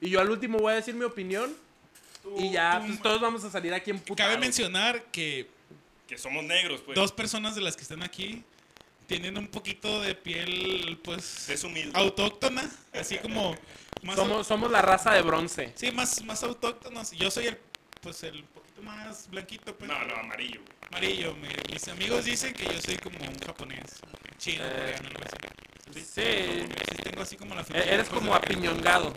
y yo al último voy a decir mi opinión y ya
tú-
pues, todos vamos a salir aquí en puta.
Cabe mencionar que
Que somos negros, pues.
dos personas de las que están aquí tienen un poquito de piel, pues.
Es humilde.
Autóctona. Así como. Más au-
Somos, somos la raza de bronce.
Sí, más, más autóctonos. Yo soy el. Pues el poquito más blanquito, pues.
No, no, amarillo. güey.
Amarillo. me- mis amigos dicen que yo soy como un japonés. Chino,
Eh,
coreano, algo así.
Sí.
Sí, tengo así como la
E- Eres como apiñongado.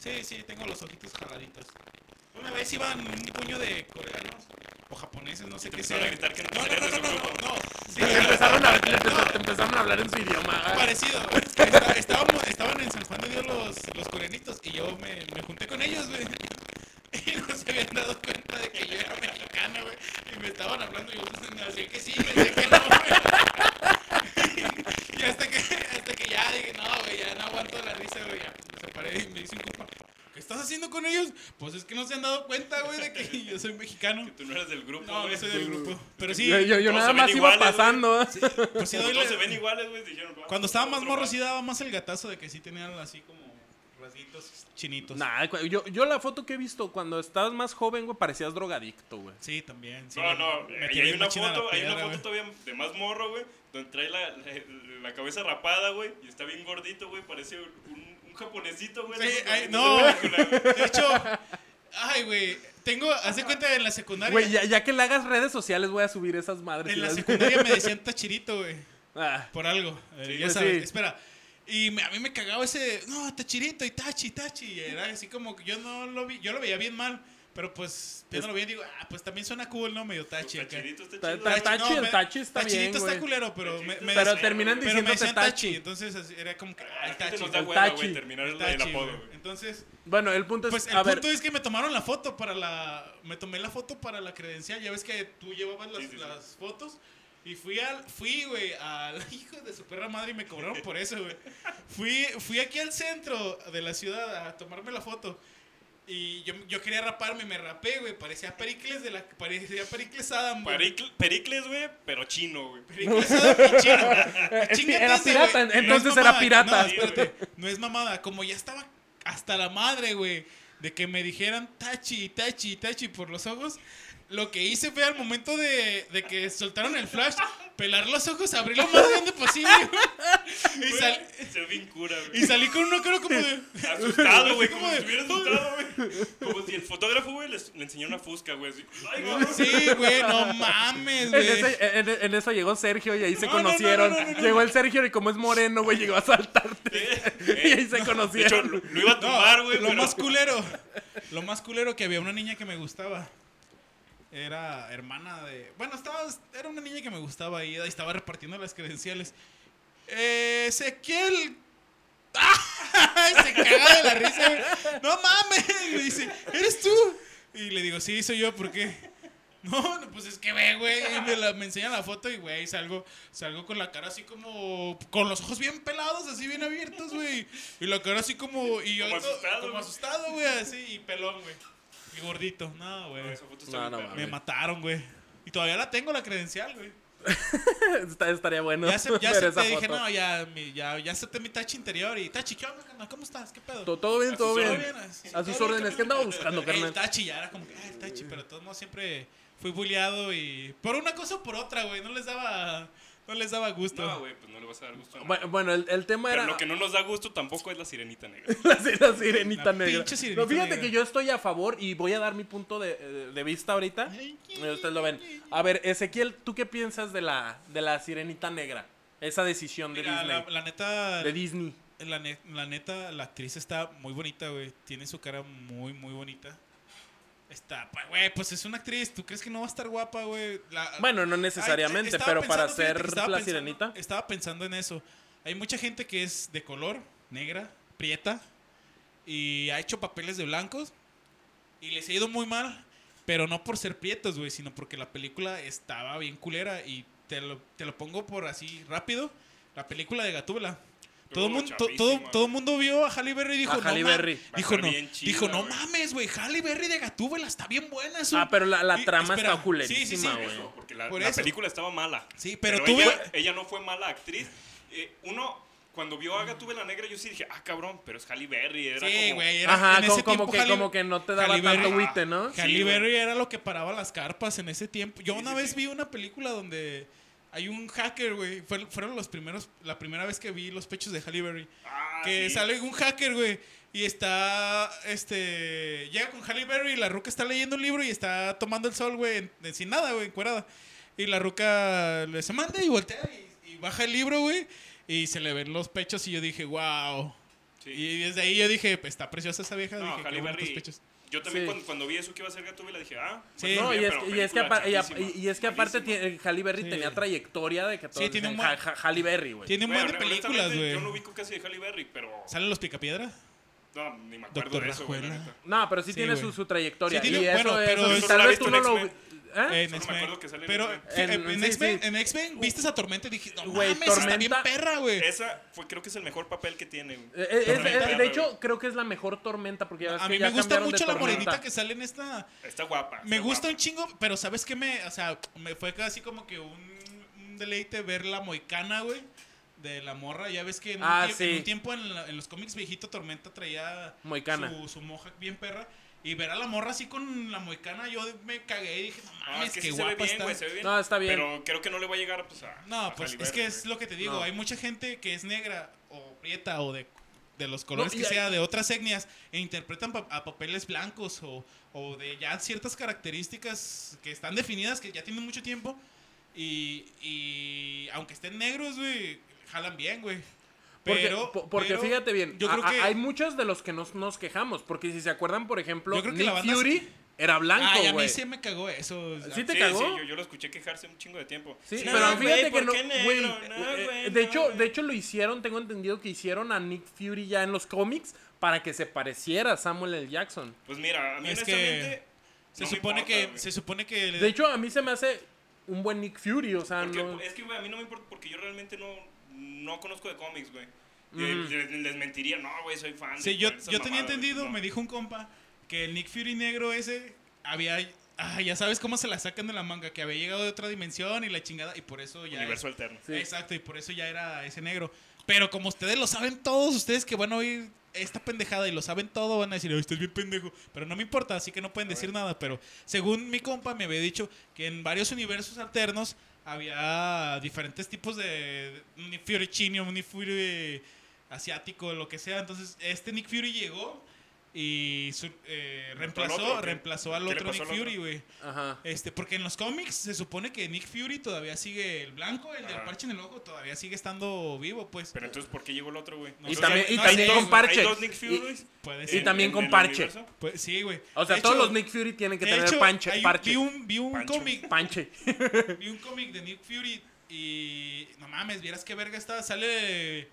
Sí, sí, tengo los ojitos jaladitos. Una vez iban un puño de coreanos o japoneses, no sé qué sea.
empezaron a gritar que no
no, no, no,
eres
no,
del
no,
grupo.
no, no. Sí,
Te empezaron, a, te empeza- te empezaron a hablar en su idioma.
parecido. Es que esta- estábamos, estaban en San Juan de Dios los, los coreanitos y yo me, me junté con ellos, güey. Y no se habían dado cuenta de que yo era mexicano, güey. Y me estaban hablando y yo pues, me decía que sí, me decía que no, güey. Y hasta que, hasta que ya dije, no, güey, ya no aguanto la risa, güey. Ya pues, me separé y me dice un compa, ¿qué estás haciendo con ellos? Pues es que no se han dado cuenta, güey, de que yo soy mexicano.
Que tú no eres del grupo.
No,
güey.
yo soy del grupo. Pero sí,
Yo, yo- yo
todos
nada
se ven
más iba
iguales, güey.
pasando. ¿eh?
pues sí
Como
doy
todos
la-
se ven iguales, güey. dijeron, "Vamos,
Cuando estaba más
otro
morro
vato".
sí daba más el gatazo de que sí tenían así como rasguitos chinitos.
Nah, cu- yo, yo la foto que he visto cuando estabas más joven, güey, parecías drogadicto, güey.
Sí, también. sí.
No, no,
Me
ahí
tiré
hay una
machín a la
foto, hay una
piedra,
foto
güey.
todavía de más morro, güey, donde trae la, la, la cabeza rapada, güey, y está bien gordito, güey, parece un, un- un japonesito, güey.
Sí,
de esos
ay,
de
no.
película, güey.
De hecho, ay, güey, tengo, haz de cuenta en la secundaria.
Güey, ya, ya que le hagas redes sociales, voy a subir esas madres. y
en la
las-
secundaria me decían tachirito, güey,
Ah,
por algo. eh,
Sí,
ya
sí.
sabes, espera. Y me- a mí me cagaba ese, no, tachirito y tachi, tachi. y Era así como que yo no lo vi, yo lo veía bien mal, pero pues, yo no lo veía y digo, ah, pues también suena cool, ¿no? Medio tachi.
Está
acá.
chidito, está
Ta-
chido.
ta- ta-
Ay,
Tachi, el
me-
Tachi está
Tachirito
bien, güey.
está culero, pero me,
Tachirito
me-
está
pero
culero,
terminan
güey.
Pero me
diciéndote
decían
tachi.
tachi. entonces así era como que, ah,
la
el
gente
tachi.
nos da
el
hueva, güey,
tachi.
terminar
el
el, el
tachi,
apodo,
güey.
güey.
Entonces,
Bueno, el punto es.
pues el
a ver,
punto es que me tomaron la foto para la... Me tomé la foto para la credencial, ya ves que tú llevabas las,
Sí, sí, sí.
las fotos. Y fui al, fui, güey, al hijo de su perra madre y me cobraron por eso, güey. Fui, fui aquí al centro de la ciudad a tomarme la foto. Y yo, yo quería raparme, me rapé, güey. Parecía Pericles de la... Parecía Pericles Adam, güey.
Pericl- Pericles, güey, pero chino, güey.
Pericles Adam y chino.
eh, sí,
Chingate
era
ese,
pirata,
güey.
en-
No es
entonces
mamada,
era pirata.
No, espérate, no es mamada. Como ya estaba hasta la madre, güey, de que me dijeran tachi, tachi, tachi por los ojos, lo que hice fue al momento de, de que soltaron el flash, pelar los ojos, abrir lo más grande posible, güey. Y,
Güey,
sal-
Se ve bien cura,
y
güey.
salí con una cara como de...
Asustado, güey,
Así
como
como
si
de-
estuviera asustado, güey. Como si el fotógrafo, güey, les- le enseñó una fusca, güey. así. Ay, güey.
Sí, güey, no mames,
En,
güey.
ese- en- en eso llegó Sergio y ahí se
No, no, no,
conocieron.
no, no, no,
llegó el Sergio y como es moreno, güey, llegó a saltarte. y
Eh,
ahí se
De hecho,
conocieron.
lo, lo iba a
No,
tumbar, güey,
lo
pero...
más culero. Lo más culero que había una niña que me gustaba. Era hermana de. Bueno, estaba, era una niña que me gustaba y estaba repartiendo las credenciales. Eh, Ezequiel. ¡Ah! Se caga de la risa. güey. No mames. Me dice, ¿eres tú? Y le digo, sí, soy yo, ¿por qué? No, no, pues es que ve, güey. Y me, la, me enseñan la foto y, güey, salgo, salgo con la cara así como. Con los ojos bien pelados, así bien abiertos, güey. Y la cara así como. Y yo
Como
todo-
asustado,
como
güey.
asustado, güey, así. Y pelón, güey. Y gordito. No, güey.
Esa foto
No,
está
no,
bien perra.
mames.
Me
ver.
mataron, güey. Y todavía la tengo la credencial, güey.
Está- estaría bueno.
Ya, se, ya
ver
se
esa
te dije,
foto.
no, ya, mi, ya, ya acepté mi tachi interior y tachi, ¿qué onda, carnal? ¿Cómo estás? ¿Qué pedo?
To- Todo bien,
A
todo
sus
bien.
órdenes.
Sí,
A
todo
sus
bien,
órdenes.
carnal.
¿Qué andaba buscando,
El
carnal?
tachi ya era como que, ah, el tachi, pero de todos modos siempre fui bulleado y por una cosa o por otra, güey, no les daba no les daba gusto.
No, güey, pues no le vas a dar gusto a nadie.
Bueno, Bueno, el, el tema
Pero
era
lo que no nos da gusto tampoco es la sirenita negra.
la, si- la sirenita
La
negra.
pinche sirenita
No, fíjate
negra.
que yo estoy a favor y voy a dar mi punto de, eh, de vista ahorita. Y Ustedes lo ven. A ver, Ezequiel, ¿tú qué piensas de la, de la sirenita negra? Esa decisión de
Mira,
Disney.
la, la neta
De Disney.
la, ne- la neta la actriz está muy bonita, güey, tiene su cara muy muy bonita. Está, pa- güey, pues es una actriz, ¿tú crees que no va a estar guapa, güey? La-
Bueno, no
Ay, eh,
necesariamente,
estaba
pero para
pensando, fíjate que
ser
estaba
la
pensando-
sirenita.
Estaba pensando en eso. Hay mucha gente que es de color, negra, prieta, y ha hecho papeles de blancos, y les ha ido muy mal, pero no por ser prietos, güey, sino porque la película estaba bien culera, y te lo, te lo pongo por así rápido, la película de Gatúbela. Todo,
Oh,
el mundo,
chafísima,
todo,
güey.
todo mundo vio a Halle Berry y dijo,
A
no,
Halle
ma-
Berry.
a
dijo,
estar
no,
bien chida,
dijo, no
güey.
mames, güey, Halle Berry de Gatúbela está bien buena. es un-
Ah, pero la, la
Y-
trama
espera, sí,
está
sí,
culerísima,
sí,
güey.
Eso, porque la,
Por
la
eso.
película estaba mala.
Sí, pero tú
ella,
ve-
ella no fue mala actriz. Eh, uno, cuando vio a Gatúbela la Negra, yo sí dije, ah, cabrón, pero es Halle Berry. Era
Sí,
como-
güey. era-
Ajá,
en
co-
ese
como,
tiempo
que,
Halle-
como que no te daba
Halle Berry-
tanto agüite, ¿no?
Halle
Sí, güey.
Berry era lo que paraba las carpas en ese tiempo. Yo
Sí,
una
sí,
vez
sí.
vi una película donde Hay un hacker, güey. fue- Fueron los primeros, la primera vez que vi los pechos de Halle Berry.
Ah,
Que
sí.
sale un hacker, güey. Y está, este, llega con Halle Berry y la ruca está leyendo un libro y está tomando el sol, güey, en- en- sin nada, güey, encuerada. Y la ruca le se manda y voltea y, y baja el libro, güey. Y se le ven los pechos y yo dije, wow.
Sí.
Y desde ahí yo dije, "Pues, está preciosa esa vieja.
No,
dije, "Qué
Halle
bonitos
Berry,
pechos.
Yo también
Sí.
cuando, cuando vi eso que iba a ser Gatúbela dije, ah,
Sí.
pues,
No, y
mira,
es,
pero
que- y es que,
película
apar- y, ap-
chatísima,
y- y es que aparte
malísima.
tiene- Halle Berry
Sí.
tenía trayectoria de que todos
tiene
decían
un buen-
"Ja- ja- Halle Berry, güey.
Tiene un
Güey,
buen de películas,
honestamente,
güey.
Yo no ubico casi de Halle Berry, pero.
¿Salen los picapiedra?
No, ni me acuerdo
Doctor
de eso, güey. la
Rajuela.
neta.
No, pero sí,
Sí,
tiene
güey.
su, su trayectoria.
Sí tiene-
y eso
bueno,
es-
pero
y
eso
tal
lo he
vez
visto
tú
en
no lo.
X-Men.
¿Eh?
en
Ah, Solo me
X-Men.
acuerdo que sale en
Pero
X-Men.
fí-
En-
en
sí,
X-Men,
sí.
en X-Men, viste a Tormenta y dije, no
Güey,
mames, está bien
Tormenta-
perra, güey.
Esa fue, creo que es el mejor papel que tiene. güey.
Eh, eh, es-
Tormenta.
eh, de hecho, creo que es la mejor tormenta. Porque ya ves
A
que
mí
ya
me gusta
cambiaron de
mucho la
tormenta.
morenita que sale en esta.
Está guapa.
Me
está
gusta un
guapa.
chingo, pero ¿sabes qué me.? O sea, me fue casi como que un, un deleite ver la moicana, güey. De la morra. Ya ves que en, un
Ah,
tie-
sí.
en un tiempo en, la- en los cómics viejito Tormenta traía
Moicana.
Su, su mohawk bien perra. Y ver a la morra así con la moicana, yo me cagué y dije, no
Ah,
mames,
es que
qué
sí se ve
guapa
bien,
está.
güey, se ve bien.
No, está bien.
Pero creo que no le va a llegar pues, a.
No,
a
pues
Halle
es que
Berry,
es
güey.
lo que te digo.
No.
Hay mucha gente que es negra o prieta o de, de los colores
No, y
que
hay-
sea, de otras etnias, e interpretan pa- a papeles blancos o, o de ya ciertas características que están definidas, que ya tienen mucho tiempo. Y, y aunque estén negros, güey, jalan bien, güey.
Porque,
Pero,
po- porque
pero
fíjate bien,
yo creo
a- a-
que
hay muchos de los que nos, nos quejamos. Porque si se acuerdan, por ejemplo,
Yo creo que
Nick
la banda
Fury
se-
era blanco,
Ay, a
güey.
mí se me cagó eso.
Sí te
Sí,
cagó.
sí, yo, yo lo escuché quejarse un chingo de tiempo.
Sí,
No,
pero
güey,
fíjate que
¿por
no,
qué negro?
güey,
No,
eh,
güey,
eh, de
no,
hecho,
güey.
de hecho lo hicieron, tengo entendido que hicieron a Nick Fury ya en los cómics para que se pareciera a Samuel L. Jackson.
Pues mira, a mí
Es que
honestamente.
Se
no me
supone
importa,
que
güey.
se supone que
De hecho, a mí se me hace un buen Nick Fury, o sea,
Porque,
Ah, no-
Es que, güey, a mí no me importa porque yo realmente no, no conozco de cómics, güey. Eh, Les, les mentiría, no, güey, soy fan. de
Sí, yo,
esas
yo tenía
mamadas,
entendido,
no.
me dijo un compa, que el Nick Fury negro ese había... Ah, ya sabes cómo se la sacan de la manga, que había llegado de otra dimensión y la chingada, y por eso ya...
Universo alterno.
Sí.
Exacto, y por eso ya era ese negro. Pero como ustedes lo saben todos, ustedes que van a oír esta pendejada y lo saben todo, van a decir, "Ay, estás bien pendejo. Pero no me importa, así que no pueden decir nada. Pero según mi compa me había dicho que en varios universos alternos había diferentes tipos de de Nick Fury chino, Nick Fury asiático, lo que sea. Entonces, este Nick Fury llegó y su- eh, reemplazó,
otro, ¿qué?
reemplazó al
¿Qué le
otro
pasó
Nick
al otro?
Fury, güey.
Ajá.
Este, porque en los cómics se supone que Nick Fury todavía sigue el blanco, el del
Ajá.
parche en el ojo, todavía sigue estando vivo, pues.
Pero entonces, ¿por qué llegó el otro, güey?
Y
O sea,
también-
hay-
y
hay
también
dos-
con parche.
Hay dos Nick
Y-
Furies.
Puede
Y
ser.
en-
también
en
con
el
parche.
universo.
Pues, sí, güey.
O sea,
De
todos
hecho-
los Nick Fury tienen que
de
tener
hecho,
panche,
hay un-
parche.
Vi un, vi un
Pancho.
cómic,
Panche.
vi un cómic de Nick Fury y no mames, vieras qué verga está, sale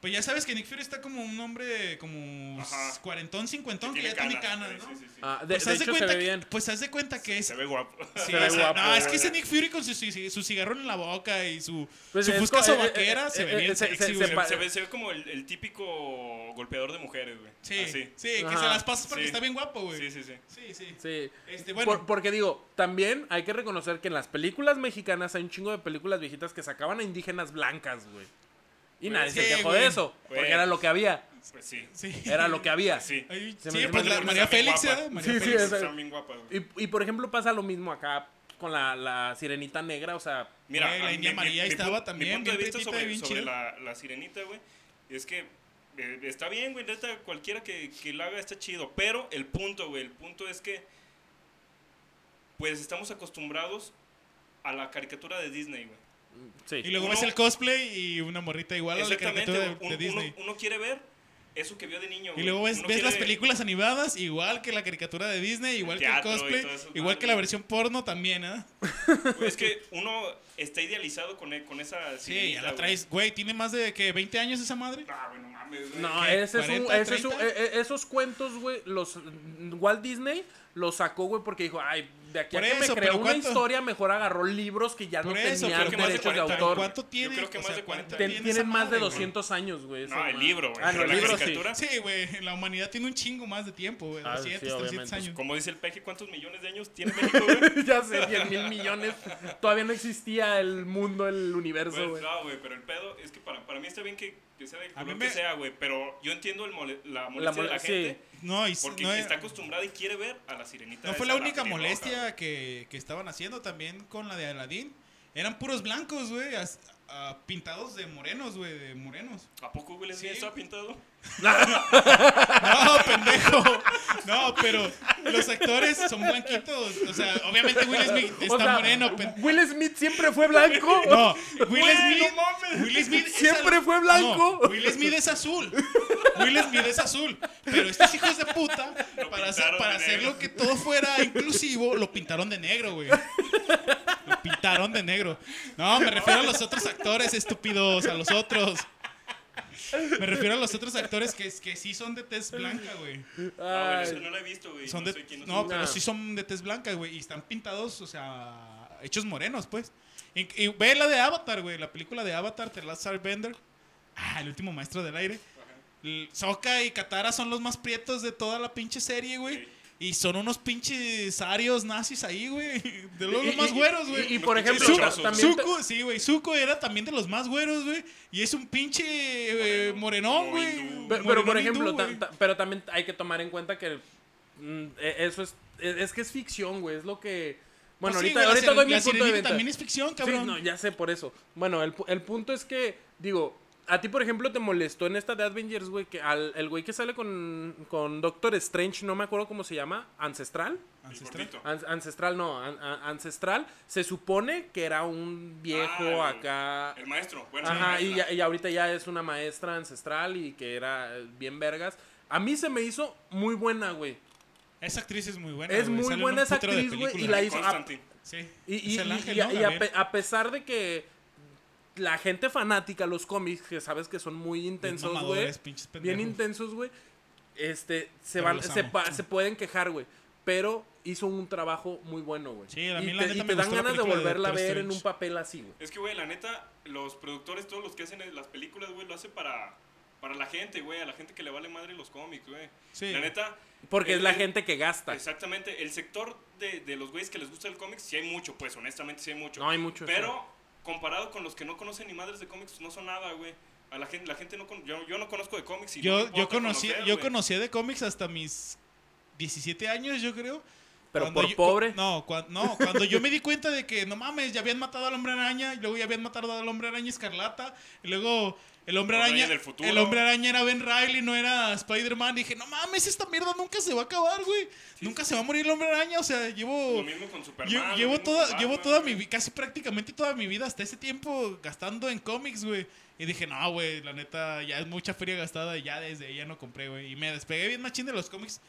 pues ya sabes que Nick Fury está como un hombre como
Ajá.
cuarentón, cincuentón, que
Tiene
ya tiene
canas,
canas, ¿no?
sí, sí, sí.
Ah, de
Pues
de
haz de
hecho se
cuenta
ve
que-
bien.
Pues haz de cuenta que es
Se ve guapo.
Sí,
Se ve
o sea,
guapo,
no, es que
güey.
ese Nick Fury con su, su- su cigarro en la boca y su,
Pues
su
es
fusca
co-
sobaquera
eh, eh,
se ve
eh,
bien
se- se-
sexy,
se
güey.
pa-
Se ve, se ve como el, el típico golpeador de mujeres, güey.
Sí,
Así.
sí, que
Ajá.
se las pasas porque
Sí.
está bien guapo, güey.
Sí, sí, sí.
Sí, sí.
Sí.
Este, bueno.
Por- porque digo, también hay que reconocer que en las películas mexicanas hay un chingo de películas viejitas que sacaban a indígenas blancas, güey. Y
Güey,
nadie se
Pues sí,
quejó
güey.
de eso, porque
Güey.
era lo que había.
Pues sí.
Sí.
Era lo que había.
Sí.
Ay,
Se me
sí,
hizo
pues
muy
la
guapa.
María Félix,
Guapa.
¿eh? María
Sí, sí,
Félix.
esa-
Están bien guapas, güey.
Y, y, por ejemplo pasa lo mismo acá con la, la sirenita negra, o sea,
Mira,
Güey, Eh, la
a-
India María
pu-
estaba también
Mi punto de
bien
vista
prietita,
sobre,
bien
sobre
chida.
la, la sirenita, güey, es que eh, está bien, güey, neta, cualquiera que, que la haga está chido. Pero el punto, güey, el punto es que, pues estamos acostumbrados a la caricatura de Disney, güey.
sí.
Y luego
Uno-
ves el cosplay y una morrita igual a la
Exactamente,
caricatura de,
güey,
de
un- uno,
Disney.
uno quiere ver eso que vio de niño,
y
güey.
luego ves,
Uno
ves las
quiere-
películas animadas, igual que la caricatura de Disney, igual que el
teatro y
cosplay,
todo eso,
igual
madre.
que la versión porno también, ¿ah?
güey, es que uno está idealizado con, e- con esa
Sí, ya
sirenita,
la
güey.
traes, güey, tiene más de que 20 años esa madre.
Ah, güey, no mames, güey.
No,
¿Qué?
ese es un-
40,
ese es un-
30?
eh, eh, esos cuentos, güey, los Walt Disney los sacó, güey, porque dijo, ay, de aquí a
Por
que
eso,
me creó
pero
una
¿cuánto?
historia, mejor agarró libros que ya
Por
no
eso,
tenían
creo que más de
derechos de
40,
autor.
¿Cuánto tiene?
creo que
O
más
sea,
de 40.
Ten-
tiene esa
tienen más de
madre, güey?
200 años, güey. esa
No, el
madre.
libro, güey,
Ah, no,
pero
el
la
libro sí.
caricatura-
Sí, güey, la humanidad tiene un chingo más de tiempo, güey.
Ah, sí,
200, 300
obviamente.
años.
Como dice el peje, ¿cuántos millones de años tiene México, güey?
ya sé, 10 mil millones. Todavía no existía el mundo, el universo,
Pues,
güey.
no, güey, pero el pedo es que para, para mí está bien que, que sea de color
mí
que
me-
sea, güey, pero yo entiendo el mole- la molestia de
mole-
la
sí.
gente
No, y s-
porque
no, eh. e,
está acostumbrada y quiere ver a la sirenita.
no fue
esa,
la única
pelirroja,
molestia que, que estaban haciendo también con la de Aladdin. Eran puros blancos, güey. as- ah, pintados de morenos, güey, de morenos.
¿A poco, güey, les
Sí.
está pintado?
Ah,
No, ¡Ah, pendejo. No, pero los actores son blanquitos. O sea, obviamente Will Smith está
O sea,
moreno. pen-
Will Smith siempre fue blanco.
No, Will
Güey,
Smith.
no mames.
Will Smith es
Siempre
al-
fue blanco.
No, Will Smith es azul. Will Smith es azul. Pero estos hijos de puta,
Lo
para, hacer,
pintaron
para
de
hacerlo
negro.
que todo fuera inclusivo, lo pintaron de negro, güey. Lo pintaron de negro. No, me refiero a los otros actores, estúpidos, a los otros. Me refiero a los otros actores que, que sí son de tez blanca, güey.
Ah, bueno,
Ay,
eso no la he visto, güey.
Son
no
de,
sé quién-
no,
sé.
pero
No.
sí son de tez blanca, güey. Y están pintados, o sea, hechos morenos, pues. Y, y ve la de Avatar, güey. La película de Avatar, The Last Airbender. Ah, el último maestro del aire. L- Sokka y Katara son los más prietos de toda la pinche serie, güey.
Sí.
Y son unos pinches arios nazis ahí, güey. De los, los
y-
más
y-
güeros,
Y, y
güey.
por
Los
ejemplo,
pinches
ta-
chochos.
también. te-
Zuko, sí, güey. Zuko era también de los más güeros, güey. Y es un pinche eh,
Moreno.
morenón,
O
güey.
Pe-
hindú.
Pero,
Morenón
por
hindú,
ejemplo, ta-
güey.
ta- pero también hay que tomar en cuenta que mm, e- eso es, e- es que es ficción, güey, es lo que... Bueno,
Pues sí,
ahorita,
güey, la
ahorita
sire-
doy mi
la
punto de
sirenita
vista.
también es ficción, cabrón.
Sí, no, ya sé por eso. Bueno, el, pu- el punto es que, digo, a ti, por ejemplo, te molestó en esta de Avengers, güey, que al, el güey que sale con, con Doctor Strange, no me acuerdo cómo se llama, Ancestral.
Ancestral.
gordito.
An- ancestral, no, an- an- Ancestral, se supone que era un viejo
Ah, el-
acá.
El maestro. Bueno,
Ajá,
sí,
y,
maestra.
ya- y ahorita ya es una maestra ancestral y que era eh, bien vergas. A mí se me hizo muy buena, güey.
Esa actriz es muy buena.
Es
güey.
muy
Sale en
buena
un
esa
putero de
actriz, güey, y
películas.
la hizo... ah. a-
Constantine.
Sí.
y, y-
es el
y-
ángel,
y-
¿no?
y a,
Gabriel.
pe- a pesar de que la gente fanática, los cómics, que sabes que son muy intensos, güey.
mamadores, pinches pendejos.
Bien intensos, güey. Este, se,
Pero
van,
los
se,
amo.
pa- se pueden quejar, güey. Pero hizo un trabajo muy bueno, güey.
Sí, a mí
y
la
te,
neta
y
me
te dan
gustó la
ganas de
película de
volverla a
Doctor
ver en
Strange.
un papel así, güey.
Es que, güey, la neta, los productores, todos los que hacen las películas, güey, lo hacen para, para la gente, güey, a la gente que le vale madre los cómics, güey.
Sí.
La neta.
Porque
el-
es la
Eh,
el-
gente que gasta.
Exactamente, el sector de, de los güeyes que les gusta el cómic, sí hay mucho, pues, honestamente, sí hay mucho.
No hay mucho.
Pero comparado con los que no conocen ni madres de cómics, no son nada, güey. A la gente, la gente no con- yo, yo no conozco de cómics. Y no
Yo,
me
yo,
importa
conocí,
conocer,
yo
güey.
conocí de cómics hasta mis 17 años, yo creo.
Pero
Cuando
por
yo-
pobre.
No, cua- no, cuando yo me di cuenta de que, no mames, ya habían matado al hombre araña, y luego ya habían matado al hombre araña escarlata, y luego el hombre
Hombre
araña.
Araña del futuro.
El hombre araña era Ben Riley, no era Spider-Man. Dije, no mames, esta mierda nunca se va a acabar, güey. nunca se va a morir el hombre araña, o sea, llevo.
Lo mismo con Superman.
Lle-
lo
llevo
mismo
toda,
con
llevo
Batman,
toda mi
güey.
vi- casi prácticamente toda mi vida hasta ese tiempo gastando en cómics, güey. Y dije, no, güey, la neta, ya es mucha feria gastada y ya desde ahí ya no compré, güey. Y me despegué bien machín de los cómics.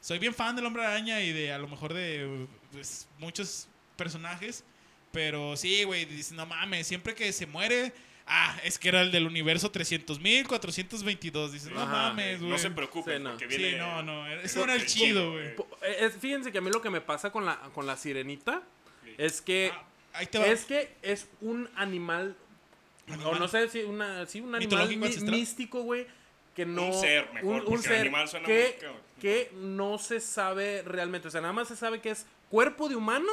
Soy bien fan del Hombre Araña y de a lo mejor de pues, muchos personajes. Pero sí, güey, dices, no mames, siempre que se muere... Ah, es que era el del universo 300.422. Dices, no
Ajá,
mames, güey.
No se preocupen,
Sí, no.
porque viene.
Sí, no, no, ese era el chido, güey.
Po- eh, es- fíjense que a mí lo que me pasa con la, con la sirenita es que,
Ah, ahí te va.
Eh, es, que es un animal, o
Animal.
no sé si una, sí, un animal
Mitológico
mi-
ancestral.
místico, güey, que no...
Un ser, mejor, porque animal suena muy
que,
cabrón.
que no se sabe realmente, o sea, nada más se sabe que es cuerpo de humano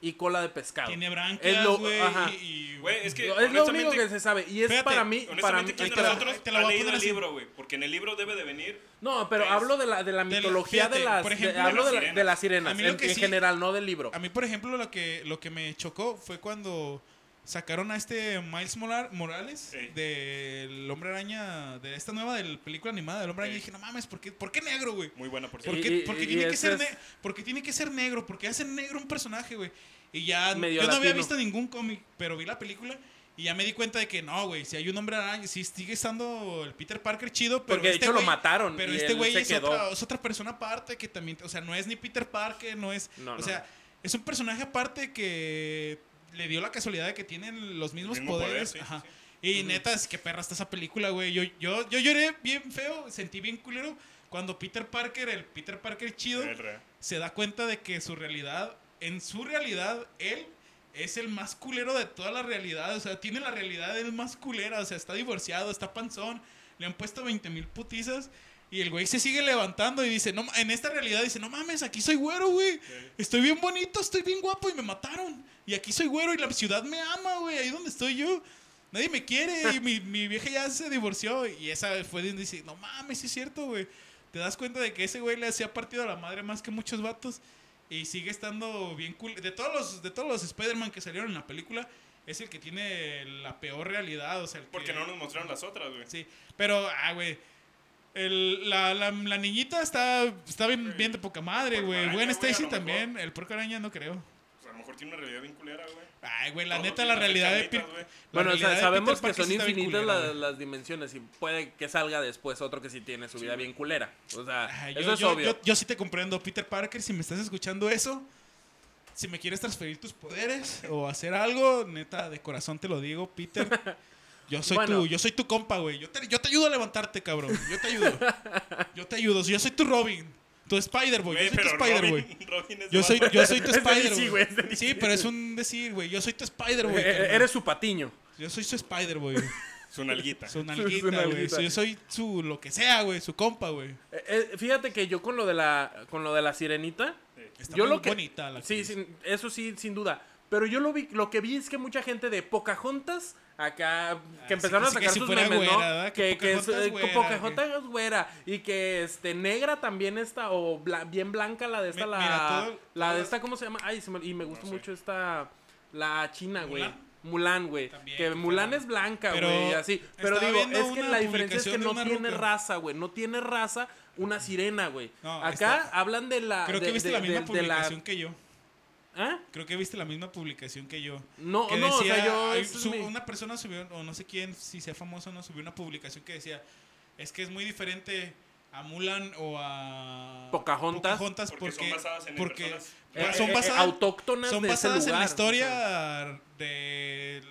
y cola de pescado.
Tiene
Es
branquias,
lo-
güey.
ajá.
y- y-
Güey, es que.
es lo único
honestamente-
que se sabe, y es
Fíjate,
para mí... Para mí
Honestamente, ¿quién
ahí
de
te va.
nosotros
te la voy a
ha leído
poner
el
así.
libro, güey? Porque en el libro debe de venir.
No, pero
Es-
hablo de la, de la
de la-
mitología de,
fíjate,
las,
por
de-
ejemplo,
hablo
de
de, la-
las
de las sirenas,
A mí lo
en,
que
en
sí-
general, no del libro.
A mí, por ejemplo, lo que, lo que me chocó fue cuando sacaron a este Miles Morar- Morales
Ey.
del Hombre Araña, de esta nueva del película animada del Hombre Araña.
Ey.
Y dije, no mames, ¿por qué, ¿por qué negro, güey?
Muy buena, por
¿Por
Y-
cierto.
qué,
y-
por qué
y
tiene que
ese
ser
es-
ne- por qué tiene que ser negro? ¿Por qué hacen negro un personaje, güey? Y ya
Medio
yo no había
latino.
visto ningún cómic, pero vi la película y ya me di cuenta de que no, güey, si hay un hombre araña, si sigue estando el Peter Parker chido, pero
Porque de
este
hecho lo
güey-
mataron
Pero
y
este
él
güey
se
es
quedó.
otra, es otra persona aparte que también, o sea, no es ni Peter Parker, no es,
No,
o
no.
sea, es un personaje aparte que le dio la casualidad de que tienen los mismos
mismo poder,
poderes.
sí,
ajá.
sí,
Y neta, es que perra está esa película, güey. Yo, yo, yo lloré bien feo, sentí bien culero cuando Peter Parker, el Peter Parker chido,
El re-
se da cuenta de que su realidad, en su realidad, él es el más culero de toda la realidad. O sea, tiene la realidad él más culera. O sea, está divorciado, está panzón, le han puesto 20 mil putizas. Y el güey se sigue levantando y dice, no, ma- en esta realidad dice, no mames, aquí soy güero, güey. Estoy bien bonito, estoy bien guapo y me mataron. Y aquí soy güero y la ciudad me ama, güey. Ahí donde estoy yo. Nadie me quiere y mi, mi vieja ya se divorció. Y esa fue donde dice, no mames, sí es cierto, güey. Te das cuenta de que ese güey le hacía partido a la madre más que muchos vatos. Y sigue estando bien cool. De todos los, de todos los Spider-Man que salieron en la película, es el que tiene la peor realidad, o sea, el
Porque
que-
no nos mostraron las otras, güey.
Sí, pero, ah, güey. el- La, la, la niñita está, está bien, bien de poca madre,
Porco
güey. El
araña,
buen
güey, a
Stacy
lo
también. El porco araña no creo.
O sea, a lo mejor tiene una realidad bien culera, güey.
Ay, güey, la
Todo
neta,
tiene
la
las
realidad de
carnitas,
Pir-
güey.
la
Bueno, o
realidad
sea,
de
sabemos
Peter
que
Parker
son
sí está bien
infinitas
culera,
la-
güey.
las dimensiones y puede que salga después otro que sí tiene su vida bien culera. O sea,
Ay,
eso
yo,
es
yo-
obvio.
yo- yo sí te comprendo, Peter Parker. Si me estás escuchando eso, si me quieres transferir tus poderes o hacer algo, neta, de corazón te lo digo, Peter. Yo soy,
Bueno.
tu, yo soy tu compa, güey. Yo te, yo te ayudo a levantarte, cabrón. Yo te ayudo. Yo te ayudo. Yo soy tu Robin. Tu Spider-Boy. Yo soy
Güey,
tu
pero
Spider-Boy.
Robin, Robin es
Yo soy,
Batman.
yo soy tu
Es de
Spider,
DC,
güey.
güey, es de
Sí, pero es un decir, güey. Yo soy tu Spider, güey.
Eh,
carnal.
Eres su patiño.
Yo soy su Spider, güey.
Su nalguita.
Su
Su
nalguita, güey.
nalguita.
Yo soy su lo que sea, güey. Su compa, güey.
Eh, eh, fíjate que yo con lo de la, con lo de la sirenita,
Está
Yo
muy
lo que-
bonita la
Sí,
actriz.
sin- eso sí, sin duda. Pero yo lo vi, lo que vi es que mucha gente de Pocahontas acá que
Ah, sí, pues
empezaron
sí,
a
que
sacar
si
sus
fuera
memes, ¿no?
güera, ¿verdad? Que
Que, que es,
Pocahontas
eh,
güera,
Pocahontas güera y que este negra también esta o bla- bien blanca la de esta
Mi-
la
mira, todo-
la de
todo-
esta cómo se llama? Ay, se me- y me gusta
sé.
mucho esta la china, güey.
¿Mulan?
Mulan, güey.
También,
Que
que
Mulan
fuera-
es blanca,
Pero
güey, y así. Pero
estaba
digo,
viendo
es que
una
la diferencia es que
publicación de
no
una
tiene
ruca.
raza, güey. No tiene raza una sirena, güey.
No,
Acá
está-
hablan de la
Creo
Ah, de-
que viste
de-
la misma
de- de la-
publicación Eh, que yo.
¿Ah?
Creo que viste la misma publicación que yo.
No,
que
no, o sea, yo.
ay,
eso es
su-
mi-
una persona subió, o no sé quién, si sea famoso o no, subió una publicación que decía, es que es muy diferente a Mulan o a
Pocahontas.
Pocahontas
Porque
porque
son basadas en
porque
personas-
Eh,
ba- son
eh, eh,
basadas,
autóctonas
son
de ese
basadas en
lugar,
la
o sea.
historia de,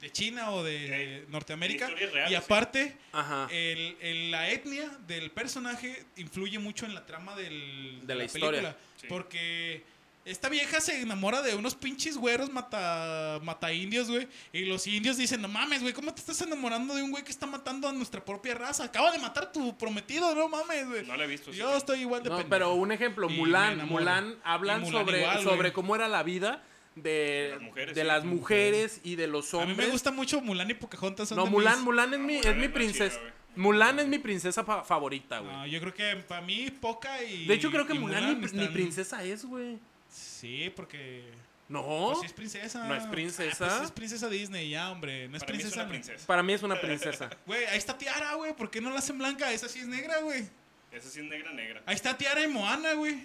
de China o de
Eh,
Norteamérica
historias reales,
y
sí.
aparte
Ajá.
el- el- la etnia del personaje influye mucho en la trama del,
De la historia.
Sí.
Porque esta vieja se enamora de unos pinches güeros mata, mata indios, güey. Y los indios dicen, no mames, güey, ¿cómo te estás enamorando de un güey que está matando a nuestra propia raza? Acaba de matar a tu prometido, no mames, güey.
No la he visto. así
Yo
que-
estoy igual de
No,
pendejo.
pero un ejemplo,
Y me
Mulan.
enamoro.
Mulan hablan
Y Mulan
sobre,
igual, güey.
sobre cómo era la vida de,
Las mujeres,
de
sí.
las mujeres y de los
A mí
hombres.
me gusta mucho Mulan y Pocahontas. son
No,
de
Mulan,
mis-
Mulan es
Ah,
mi, es
Mulan
mi
es más chida,
princesa.
güey.
Mulan es mi princesa fa- favorita, güey.
No, yo creo que para mí Poca Ah, y.
de hecho, creo que
y
Mulan, ni, ni
están-
princesa es, güey.
Sí, porque.
No.
Pues sí es princesa.
¿No es princesa?
Ah, pues es princesa Disney, ya, hombre. No es
Para mí es
princesa.
una
no.
princesa.
Para mí es una princesa.
Güey, ahí está Tiara, güey. ¿Por qué no la hacen blanca? Esa sí es negra, güey.
Esa sí es negra, negra.
Ahí está Tiara y Moana, güey.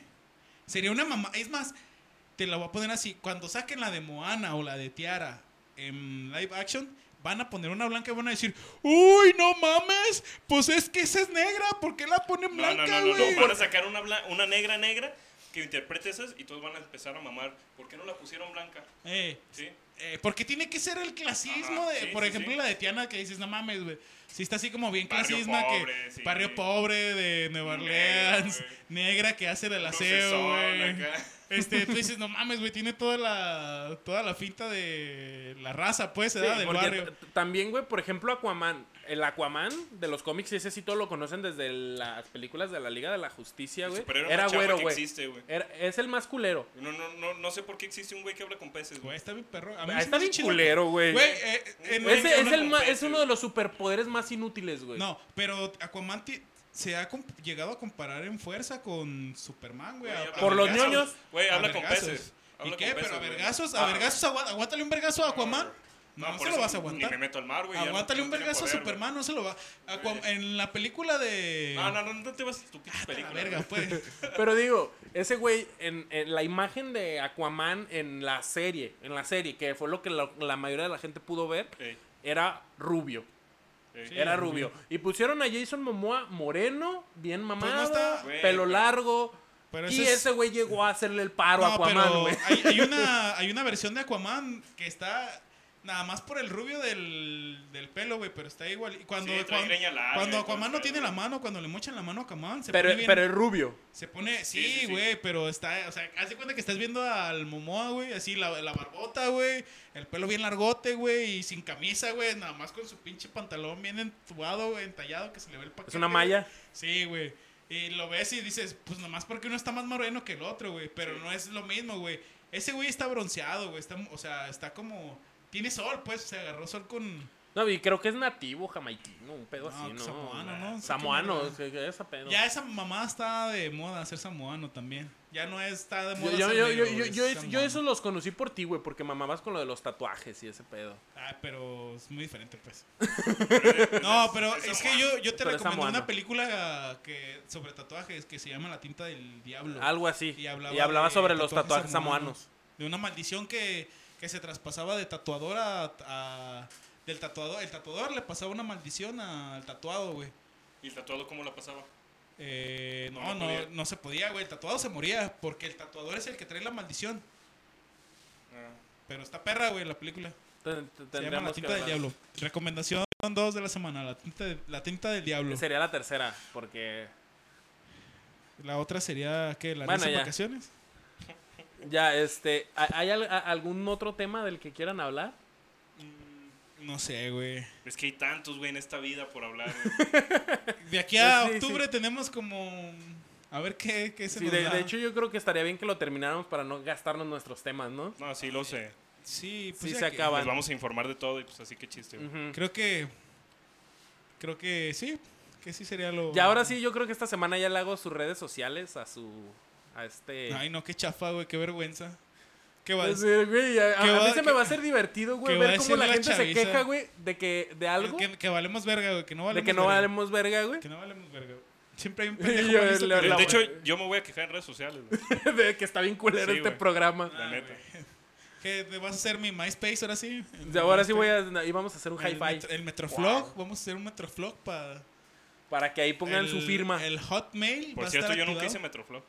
Sería una mamá. Es más, te la voy a poner así. Cuando saquen la de Moana o la de Tiara en live action, van a poner una blanca y van a decir, ¡Uy, no mames! Pues es que esa es negra. ¿Por qué la ponen
No, no,
blanca,
no, no,
güey?
no. Van a sacar una, blan- una negra, negra que interprete esas y todos van a empezar a mamar. ¿Por qué no la pusieron blanca?
Eh,
¿Sí?
eh, porque tiene que ser el clasismo
Ajá,
de,
sí,
por
sí,
ejemplo,
sí.
la de Tiana que dices, no mames, güey. Si está así como bien
Barrio
clasisma
pobre,
que
sí.
barrio pobre de Nueva
Negra,
Orleans,
güey.
negra que hace el aseo,
Lucesón
güey.
acá.
Este, tú dices, no mames, güey, tiene toda la toda la finta de la raza, pues,
Sí,
¿verdad? del
porque
barrio.
t- También, güey, por ejemplo, Aquaman. El Aquaman de los cómics, ese sí todo lo conocen desde las películas de la Liga de la Justicia,
El
güey.
superhéroe
Era
más chafa
güero,
que
güey.
existe, güey.
Era- Es el más culero.
No, no, no, no sé por qué existe un güey que habla con peces,
Güey,
güey.
está bien perro. A mí
Ah,
se me
está
hace
bien
chido.
culero, güey.
Güey, eh, en-
Güey,
Ese
que
es,
habla
el
con
ma-
peces,
es uno de los superpoderes más inútiles, güey.
no, pero Aquaman ti- se ha comp- llegado a comparar en fuerza con Superman, güey.
Güey,
a-
habla
a
Por
con
los
vergazos.
ñoños.
Güey,
A
Eh, habla con
vergazos.
peces.
¿Y
Habla
qué?
con peces,
Pero a
güey.
vergazos, a
Ah,
vergazos, agua- aguántale un vergazo a Aquaman. No,
por
se lo
eso
vas a
Ni me
aguantar.
meto al mar, güey. ya no-
Aguántale
no
un
tiene
vergazo a
poder, güey.
Superman, no se lo va. Aqua- En la película de.
Eh. No, no, no, no te vas a tu pinche
Ah, la
película.
verga,
güey.
pues.
Pero digo, ese güey, en, en la imagen de Aquaman en la serie, en la serie, que fue lo que la- la mayoría de la gente pudo ver,
Ey,
era rubio.
ey.
Sí.
Era rubio. Y pusieron a Jason Momoa moreno, bien mamado,
Pues está-
Güey,
pelo
pero-
largo.
pero
y
ese es-
ese güey llegó a hacerle el paro a
No,
Aquaman,
pero
güey.
hay, hay una, hay una versión de Aquaman que está nada más por el rubio del, del pelo, güey, pero está igual. Y Cuando,
Sí, trae
cuan-
greña larga
cuando
y
Aquaman
todo
no
el
tiene
pedo.
la mano, cuando le mochan la mano a Aquaman, se
Pero,
pone bien-
pero es rubio.
Se pone,
Sí, sí,
sí,
sí.
güey, pero está, o sea, hace cuenta que estás viendo al Momoa, güey, así la, la barbota, güey, el pelo bien largote, güey, y sin camisa, güey, nada más con su pinche pantalón bien entubado, güey, entallado, que se le ve el paquete.
Es una
güey.
malla.
Sí, güey. Y lo ves y dices, pues nomás porque uno está más moreno que el otro, güey. Pero
Sí.
no es lo mismo, güey. Ese güey está bronceado, güey. Está, o sea, está como. Tiene sol, pues. Se agarró sol con.
No, y creo que es nativo jamaiquino, un pedo
No,
así, ¿no?
samoano, ¿no?
Samoano,
Sí,
es que- esa pedo.
Ya esa mamá está de moda ser samoano también. Ya no está de
Yo,
moda
yo,
ser
yo, yo,
negro,
yo,
es
yo- yo
samoano.
esos los conocí por ti, güey, porque mamabas con lo de los tatuajes y ese pedo.
Ah, pero es muy diferente, pues. no, pero es que yo, yo te
Pero es
recomiendo
samoano.
una película que, sobre tatuajes que se llama La tinta del diablo.
Algo así.
Y hablaba, de
Ah, sobre los
tatuajes
tatuajes
samoanos.
samoanos.
De una maldición que, que se traspasaba de tatuador a, a- Del tatuador. El tatuador le pasaba una maldición al tatuado, güey.
¿Y el tatuado cómo la pasaba?
Eh,
No,
no,
no
no,
podía.
no se podía, güey. El tatuado se moría porque el tatuador es el que trae la maldición.
Ah.
Pero está perra, güey, la película.
Ten- ten-
Se llama La
tendríamos que
tinta del
hablar.
diablo. Recomendación 2 de la semana. La tinta, de- la tinta del diablo.
Sería la tercera, porque
La otra sería, ¿qué? ¿La
Bueno,
risa en
ya.
vacaciones?
ya, este, ¿ha- ¿hay al- a- algún otro tema del que quieran hablar?
Mm, No sé, güey.
Es que hay tantos, güey, en esta vida por hablar. güey.
De aquí a
Sí, sí.
octubre tenemos como... A ver qué, qué se
Sí,
nos
de,
da.
de hecho yo creo que estaría bien que lo termináramos para no gastarnos nuestros temas, ¿no?
No, sí, lo sé.
Sí,
Sí,
pues ya
se
que-
acaba.
Les vamos a informar de todo y pues así que chiste, güey.
Ujú.
Creo que... Creo que sí. Que sí sería lo...
Y ahora sí, yo creo que esta semana ya le hago sus redes sociales a su... A este...
Ay, no, qué chafa, güey. Qué vergüenza. Qué va
Pues, eh, güey, a,
¿Qué
a
va-
mí se
qué-
me va a hacer divertido, güey,
qué va a
ver cómo
decir
la,
la
gente
chaviza?
se queja, güey, de que de algo,
Que, que valemos verga, güey. Que no
de
valemos
que no
verga.
valemos verga, güey,
Que no valemos verga. Siempre hay un
Y
pendejo
yo,
molesto
la-
que-
De,
la-
de hecho, yo me voy a quejar en redes sociales, güey.
de que está bien culero
Sí,
este
güey.
programa.
Ah,
La neta.
¿Qué, ¿Te vas a hacer mi MySpace ahora sí?
De ahora sí voy a... Y vamos a hacer un
El,
hi-fi
metro- el Metroflog. Vamos a hacer un Metroflog para...
para que ahí pongan su firma.
El Hotmail. va
Por
a
cierto,
estar
yo nunca hice
activado. Pues,
Metroflop.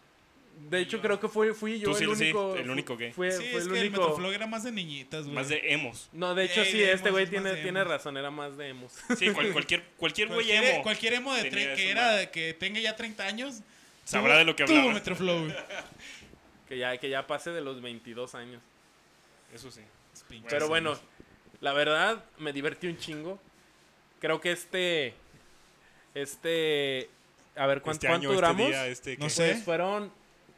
De hecho, creo que fui, fui yo
Tú sí,
el
sí,
único.
el
fu-
único gay.
Fue,
Sí,
fue
es
el
que el Metroflog
único.
era más de niñitas, güey.
Más de emos.
No, de hecho,
Ey,
sí,
de
este
emos,
güey
es más
tiene,
de
tiene
emos.
razón, era más de emos.
Sí, cual- cualquier, cualquier güey
Cualquier
emo.
cualquier emo de
Tenía
tre- que
eso,
era
madre.
de- que tenga ya 30 años.
Sabrá
tuvo-
de lo que
Tuvo
hablaba.
Metroflog, güey.
que, ya, que ya pase de los 22 años.
Eso Pues sí.
Es pinche.
Pero bueno, la verdad, me divertí un chingo. Creo que este. Este. A ver, ¿cuánto,
Este año,
cuánto
este
duramos?
día, este,
No
que-
sé.
Pues fueron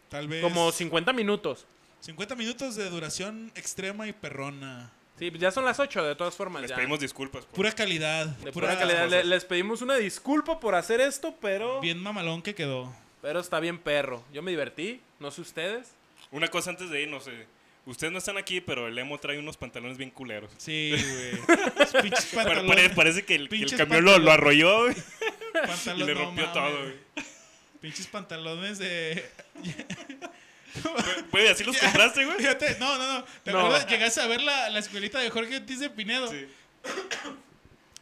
Tal vez...
como 50 minutos.
50 minutos de duración extrema y perrona.
Sí, pues ya son las 8, de todas formas.
Les
ya.
pedimos disculpas. por-
Pura calidad.
De pura calidad. Le- les pedimos una disculpa por hacer esto, pero.
Bien mamalón que quedó.
Pero está bien, perro. Yo me divertí, no sé ustedes.
Una cosa antes de irnos. eh, Ustedes no están aquí, pero el emo trae unos pantalones bien culeros.
Sí, güey. Pinches
Pare-
pantalones.
pare- parece que el, que el
Pinches
camión lo, lo
pantalones.
arrolló güey, y
pantalones,
le
no
rompió
mames.
todo. güey.
Pinches pantalones de...
Güey, así los compraste, güey.
Fíjate, no, no, no. ¿Te
No.
acuerdas? Llegaste a ver la, la escuelita de Jorge Ortiz de Pinedo.
Sí.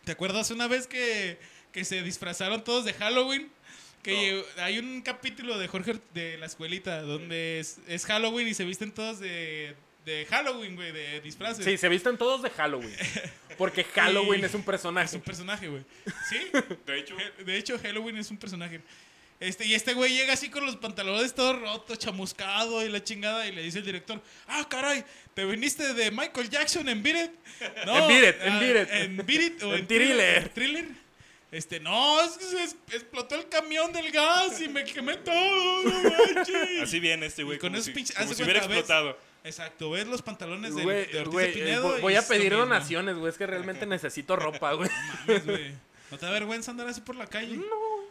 ¿Te acuerdas una vez que, que se disfrazaron todos de Halloween? Que
No.
llegó- hay un capítulo de Jorge Ort- de la escuelita donde es, es Halloween y se visten todos de, de Halloween, güey, de disfraces.
Sí, se visten todos de Halloween. Porque Halloween
Y-
es un personaje.
Es un personaje, güey. Sí,
De hecho,
de hecho Halloween es un personaje. Este, y este güey llega así con los pantalones todo roto, chamuscado y la chingada y le dice el director, "Ah, caray, te viniste de Michael Jackson en Beat It?"
En Beat It, en
ah,
Beat It.
En Beat It o
En
en
Thriller.
Thriller. Thriller. Este, no, es que se es- explotó el camión del gas y me quemé todo, no manches".
así viene este güey.
Y con
Como,
esos
si,
pinches-
como
haz
si
de
hubiera
cuenta, ¿ves?
explotado.
Exacto, ves los pantalones del-
Güey,
de Ortiz
güey, eh,
de Pinedo.
voy-
y
voy a
es lo
pedir
mismo.
donaciones, güey. Es que realmente necesito ropa, güey.
Mames, güey. ¿No te da vergüenza andar así por la calle? No.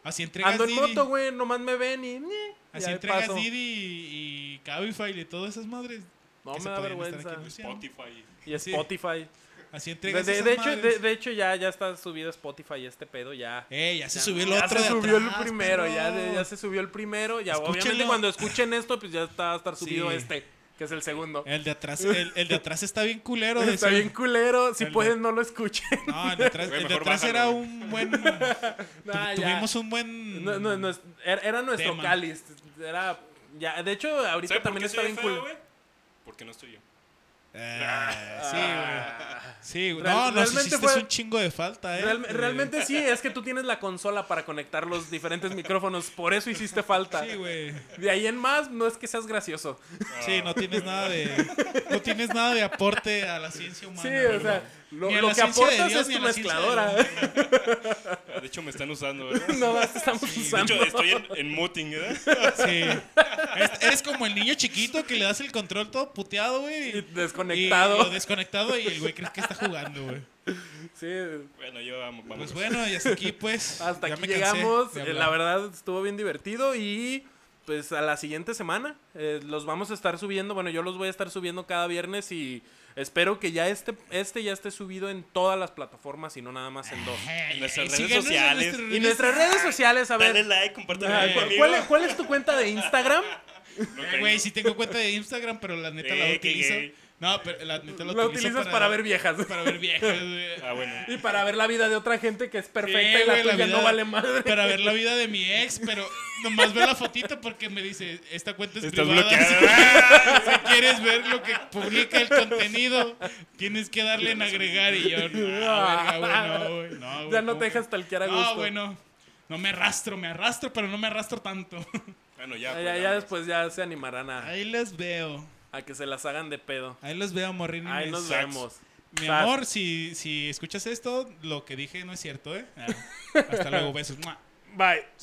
Así entregas
Ando en
Didi.
moto, güey. Nomás me ven y. ñe,
Así
ya
entregas
paso.
Didi y, y Cabify y todas esas madres.
No
que se
me da
podían estar
vergüenza.
aquí en Luisiana.
Spotify.
Y
Sí.
Spotify. De,
Así entregas
de-
esas
de hecho,
madres.
de, de hecho, ya, ya está subido Spotify este pedo. Ya.
Ey, ya se subió el
Ya
otro
se
de
subió
atrás,
el primero.
perro.
Ya, de- ya se subió el primero. Ya, obviamente,
Escúchenlo.
cuando escuchen esto, pues ya está va a estar subido
Sí.
este, que es el segundo.
El de atrás, el, el de atrás está bien culero. de
Está
ser-
bien culero. Si
el de-
pueden, no lo escuchen.
No, el de atrás,
Güey,
el de
mejor
atrás
bájalo,
era
güey.
un buen.
Ah, ya.
tuvimos un buen.
No, no, no, es- era, era nuestro
Tema.
cáliz. Era. Ya, de hecho, ahorita
¿Sabe por
también
qué
está
soy
bien
feo,
cool.
güey? Porque no estoy yo.
Ah, sí, Eh, güey. Sí, güey.
Real-
No, nos
realmente
hiciste
fue-
un chingo de falta, eh.
Real-
Eh,
realmente sí, es que tú tienes la consola para conectar los diferentes micrófonos. Por eso hiciste falta.
Eh, Sí, güey.
de ahí en más, no es que seas gracioso.
Sí, no tienes nada de. No tienes nada de aporte a la ciencia humana.
sí, o
¿verdad?
sea, Lo,
Ni a
lo
la
que
ciencia de
aportas
Dios,
es
ni a
tu
la ciencia de
mezcladora.
Ah, De hecho, me están usando, ¿verdad?
no más te estamos
De
usando.
hecho, estoy en, en muting, ¿verdad?
Sí. Es- Eres como el niño chiquito que le das el control todo puteado, güey.
Y
y-
desconectado.
y lo desconectado y el güey crees que está jugando, güey.
Sí,
Bueno, yo vamos.
Pues bueno, y hasta aquí, pues.
Hasta
ya
aquí
me cansé
llegamos.
de
Eh,
hablar.
La verdad estuvo bien divertido y pues a la siguiente semana eh, los vamos a estar subiendo. Bueno, yo los voy a estar subiendo cada viernes y espero que ya este, este ya esté subido en todas las plataformas y no nada más en dos.
Ay,
En nuestras
ay, síganos
redes
en
sociales.
nuestras
Y nuestras redes sociales, a
Dale
ver.
like, compártelo
ah,
con
¿cu-
tu
¿cuál, es-
amigo.
cuál es tu cuenta de Instagram?
No
Eh,
tengo.
Güey, sí tengo cuenta de Instagram, pero la neta la
Eh, qué
utilizo.
gay.
No, pero la neta la
Lo
utilizo
utilizas para ver viejas.
Para ver viejas, güey.
Ah, bueno.
Y para ver la vida de otra gente que es perfecta
Sí,
y la
güey, la
tuya
vida- Ah,
no vale madre.
Para ver la vida de mi ex, pero nomás veo la fotito porque me dice, esta cuenta es
Estás
privada.
bloqueada.
Si quieres ver lo que publica el contenido, tienes que darle en agregar y yo, no, verga, güey, no, güey, no,
Ah.
güey,
ya no
¿cómo?
te dejas talquear a gusto.
No, Ah, bueno, no me arrastro, me arrastro, pero no me arrastro tanto.
Bueno,
Ya, ya,
ya. pues,
ya
vamos.
después ya se animarán a,
Ahí los veo,
a que se las hagan de pedo.
ahí los veo, morrín.
Ahí nos
Sax.
vemos.
Mi
Sas.
amor, si, si escuchas esto, lo que dije no es cierto, ¿eh? Ah, Hasta luego, besos. Mua.
Bye.
Salud.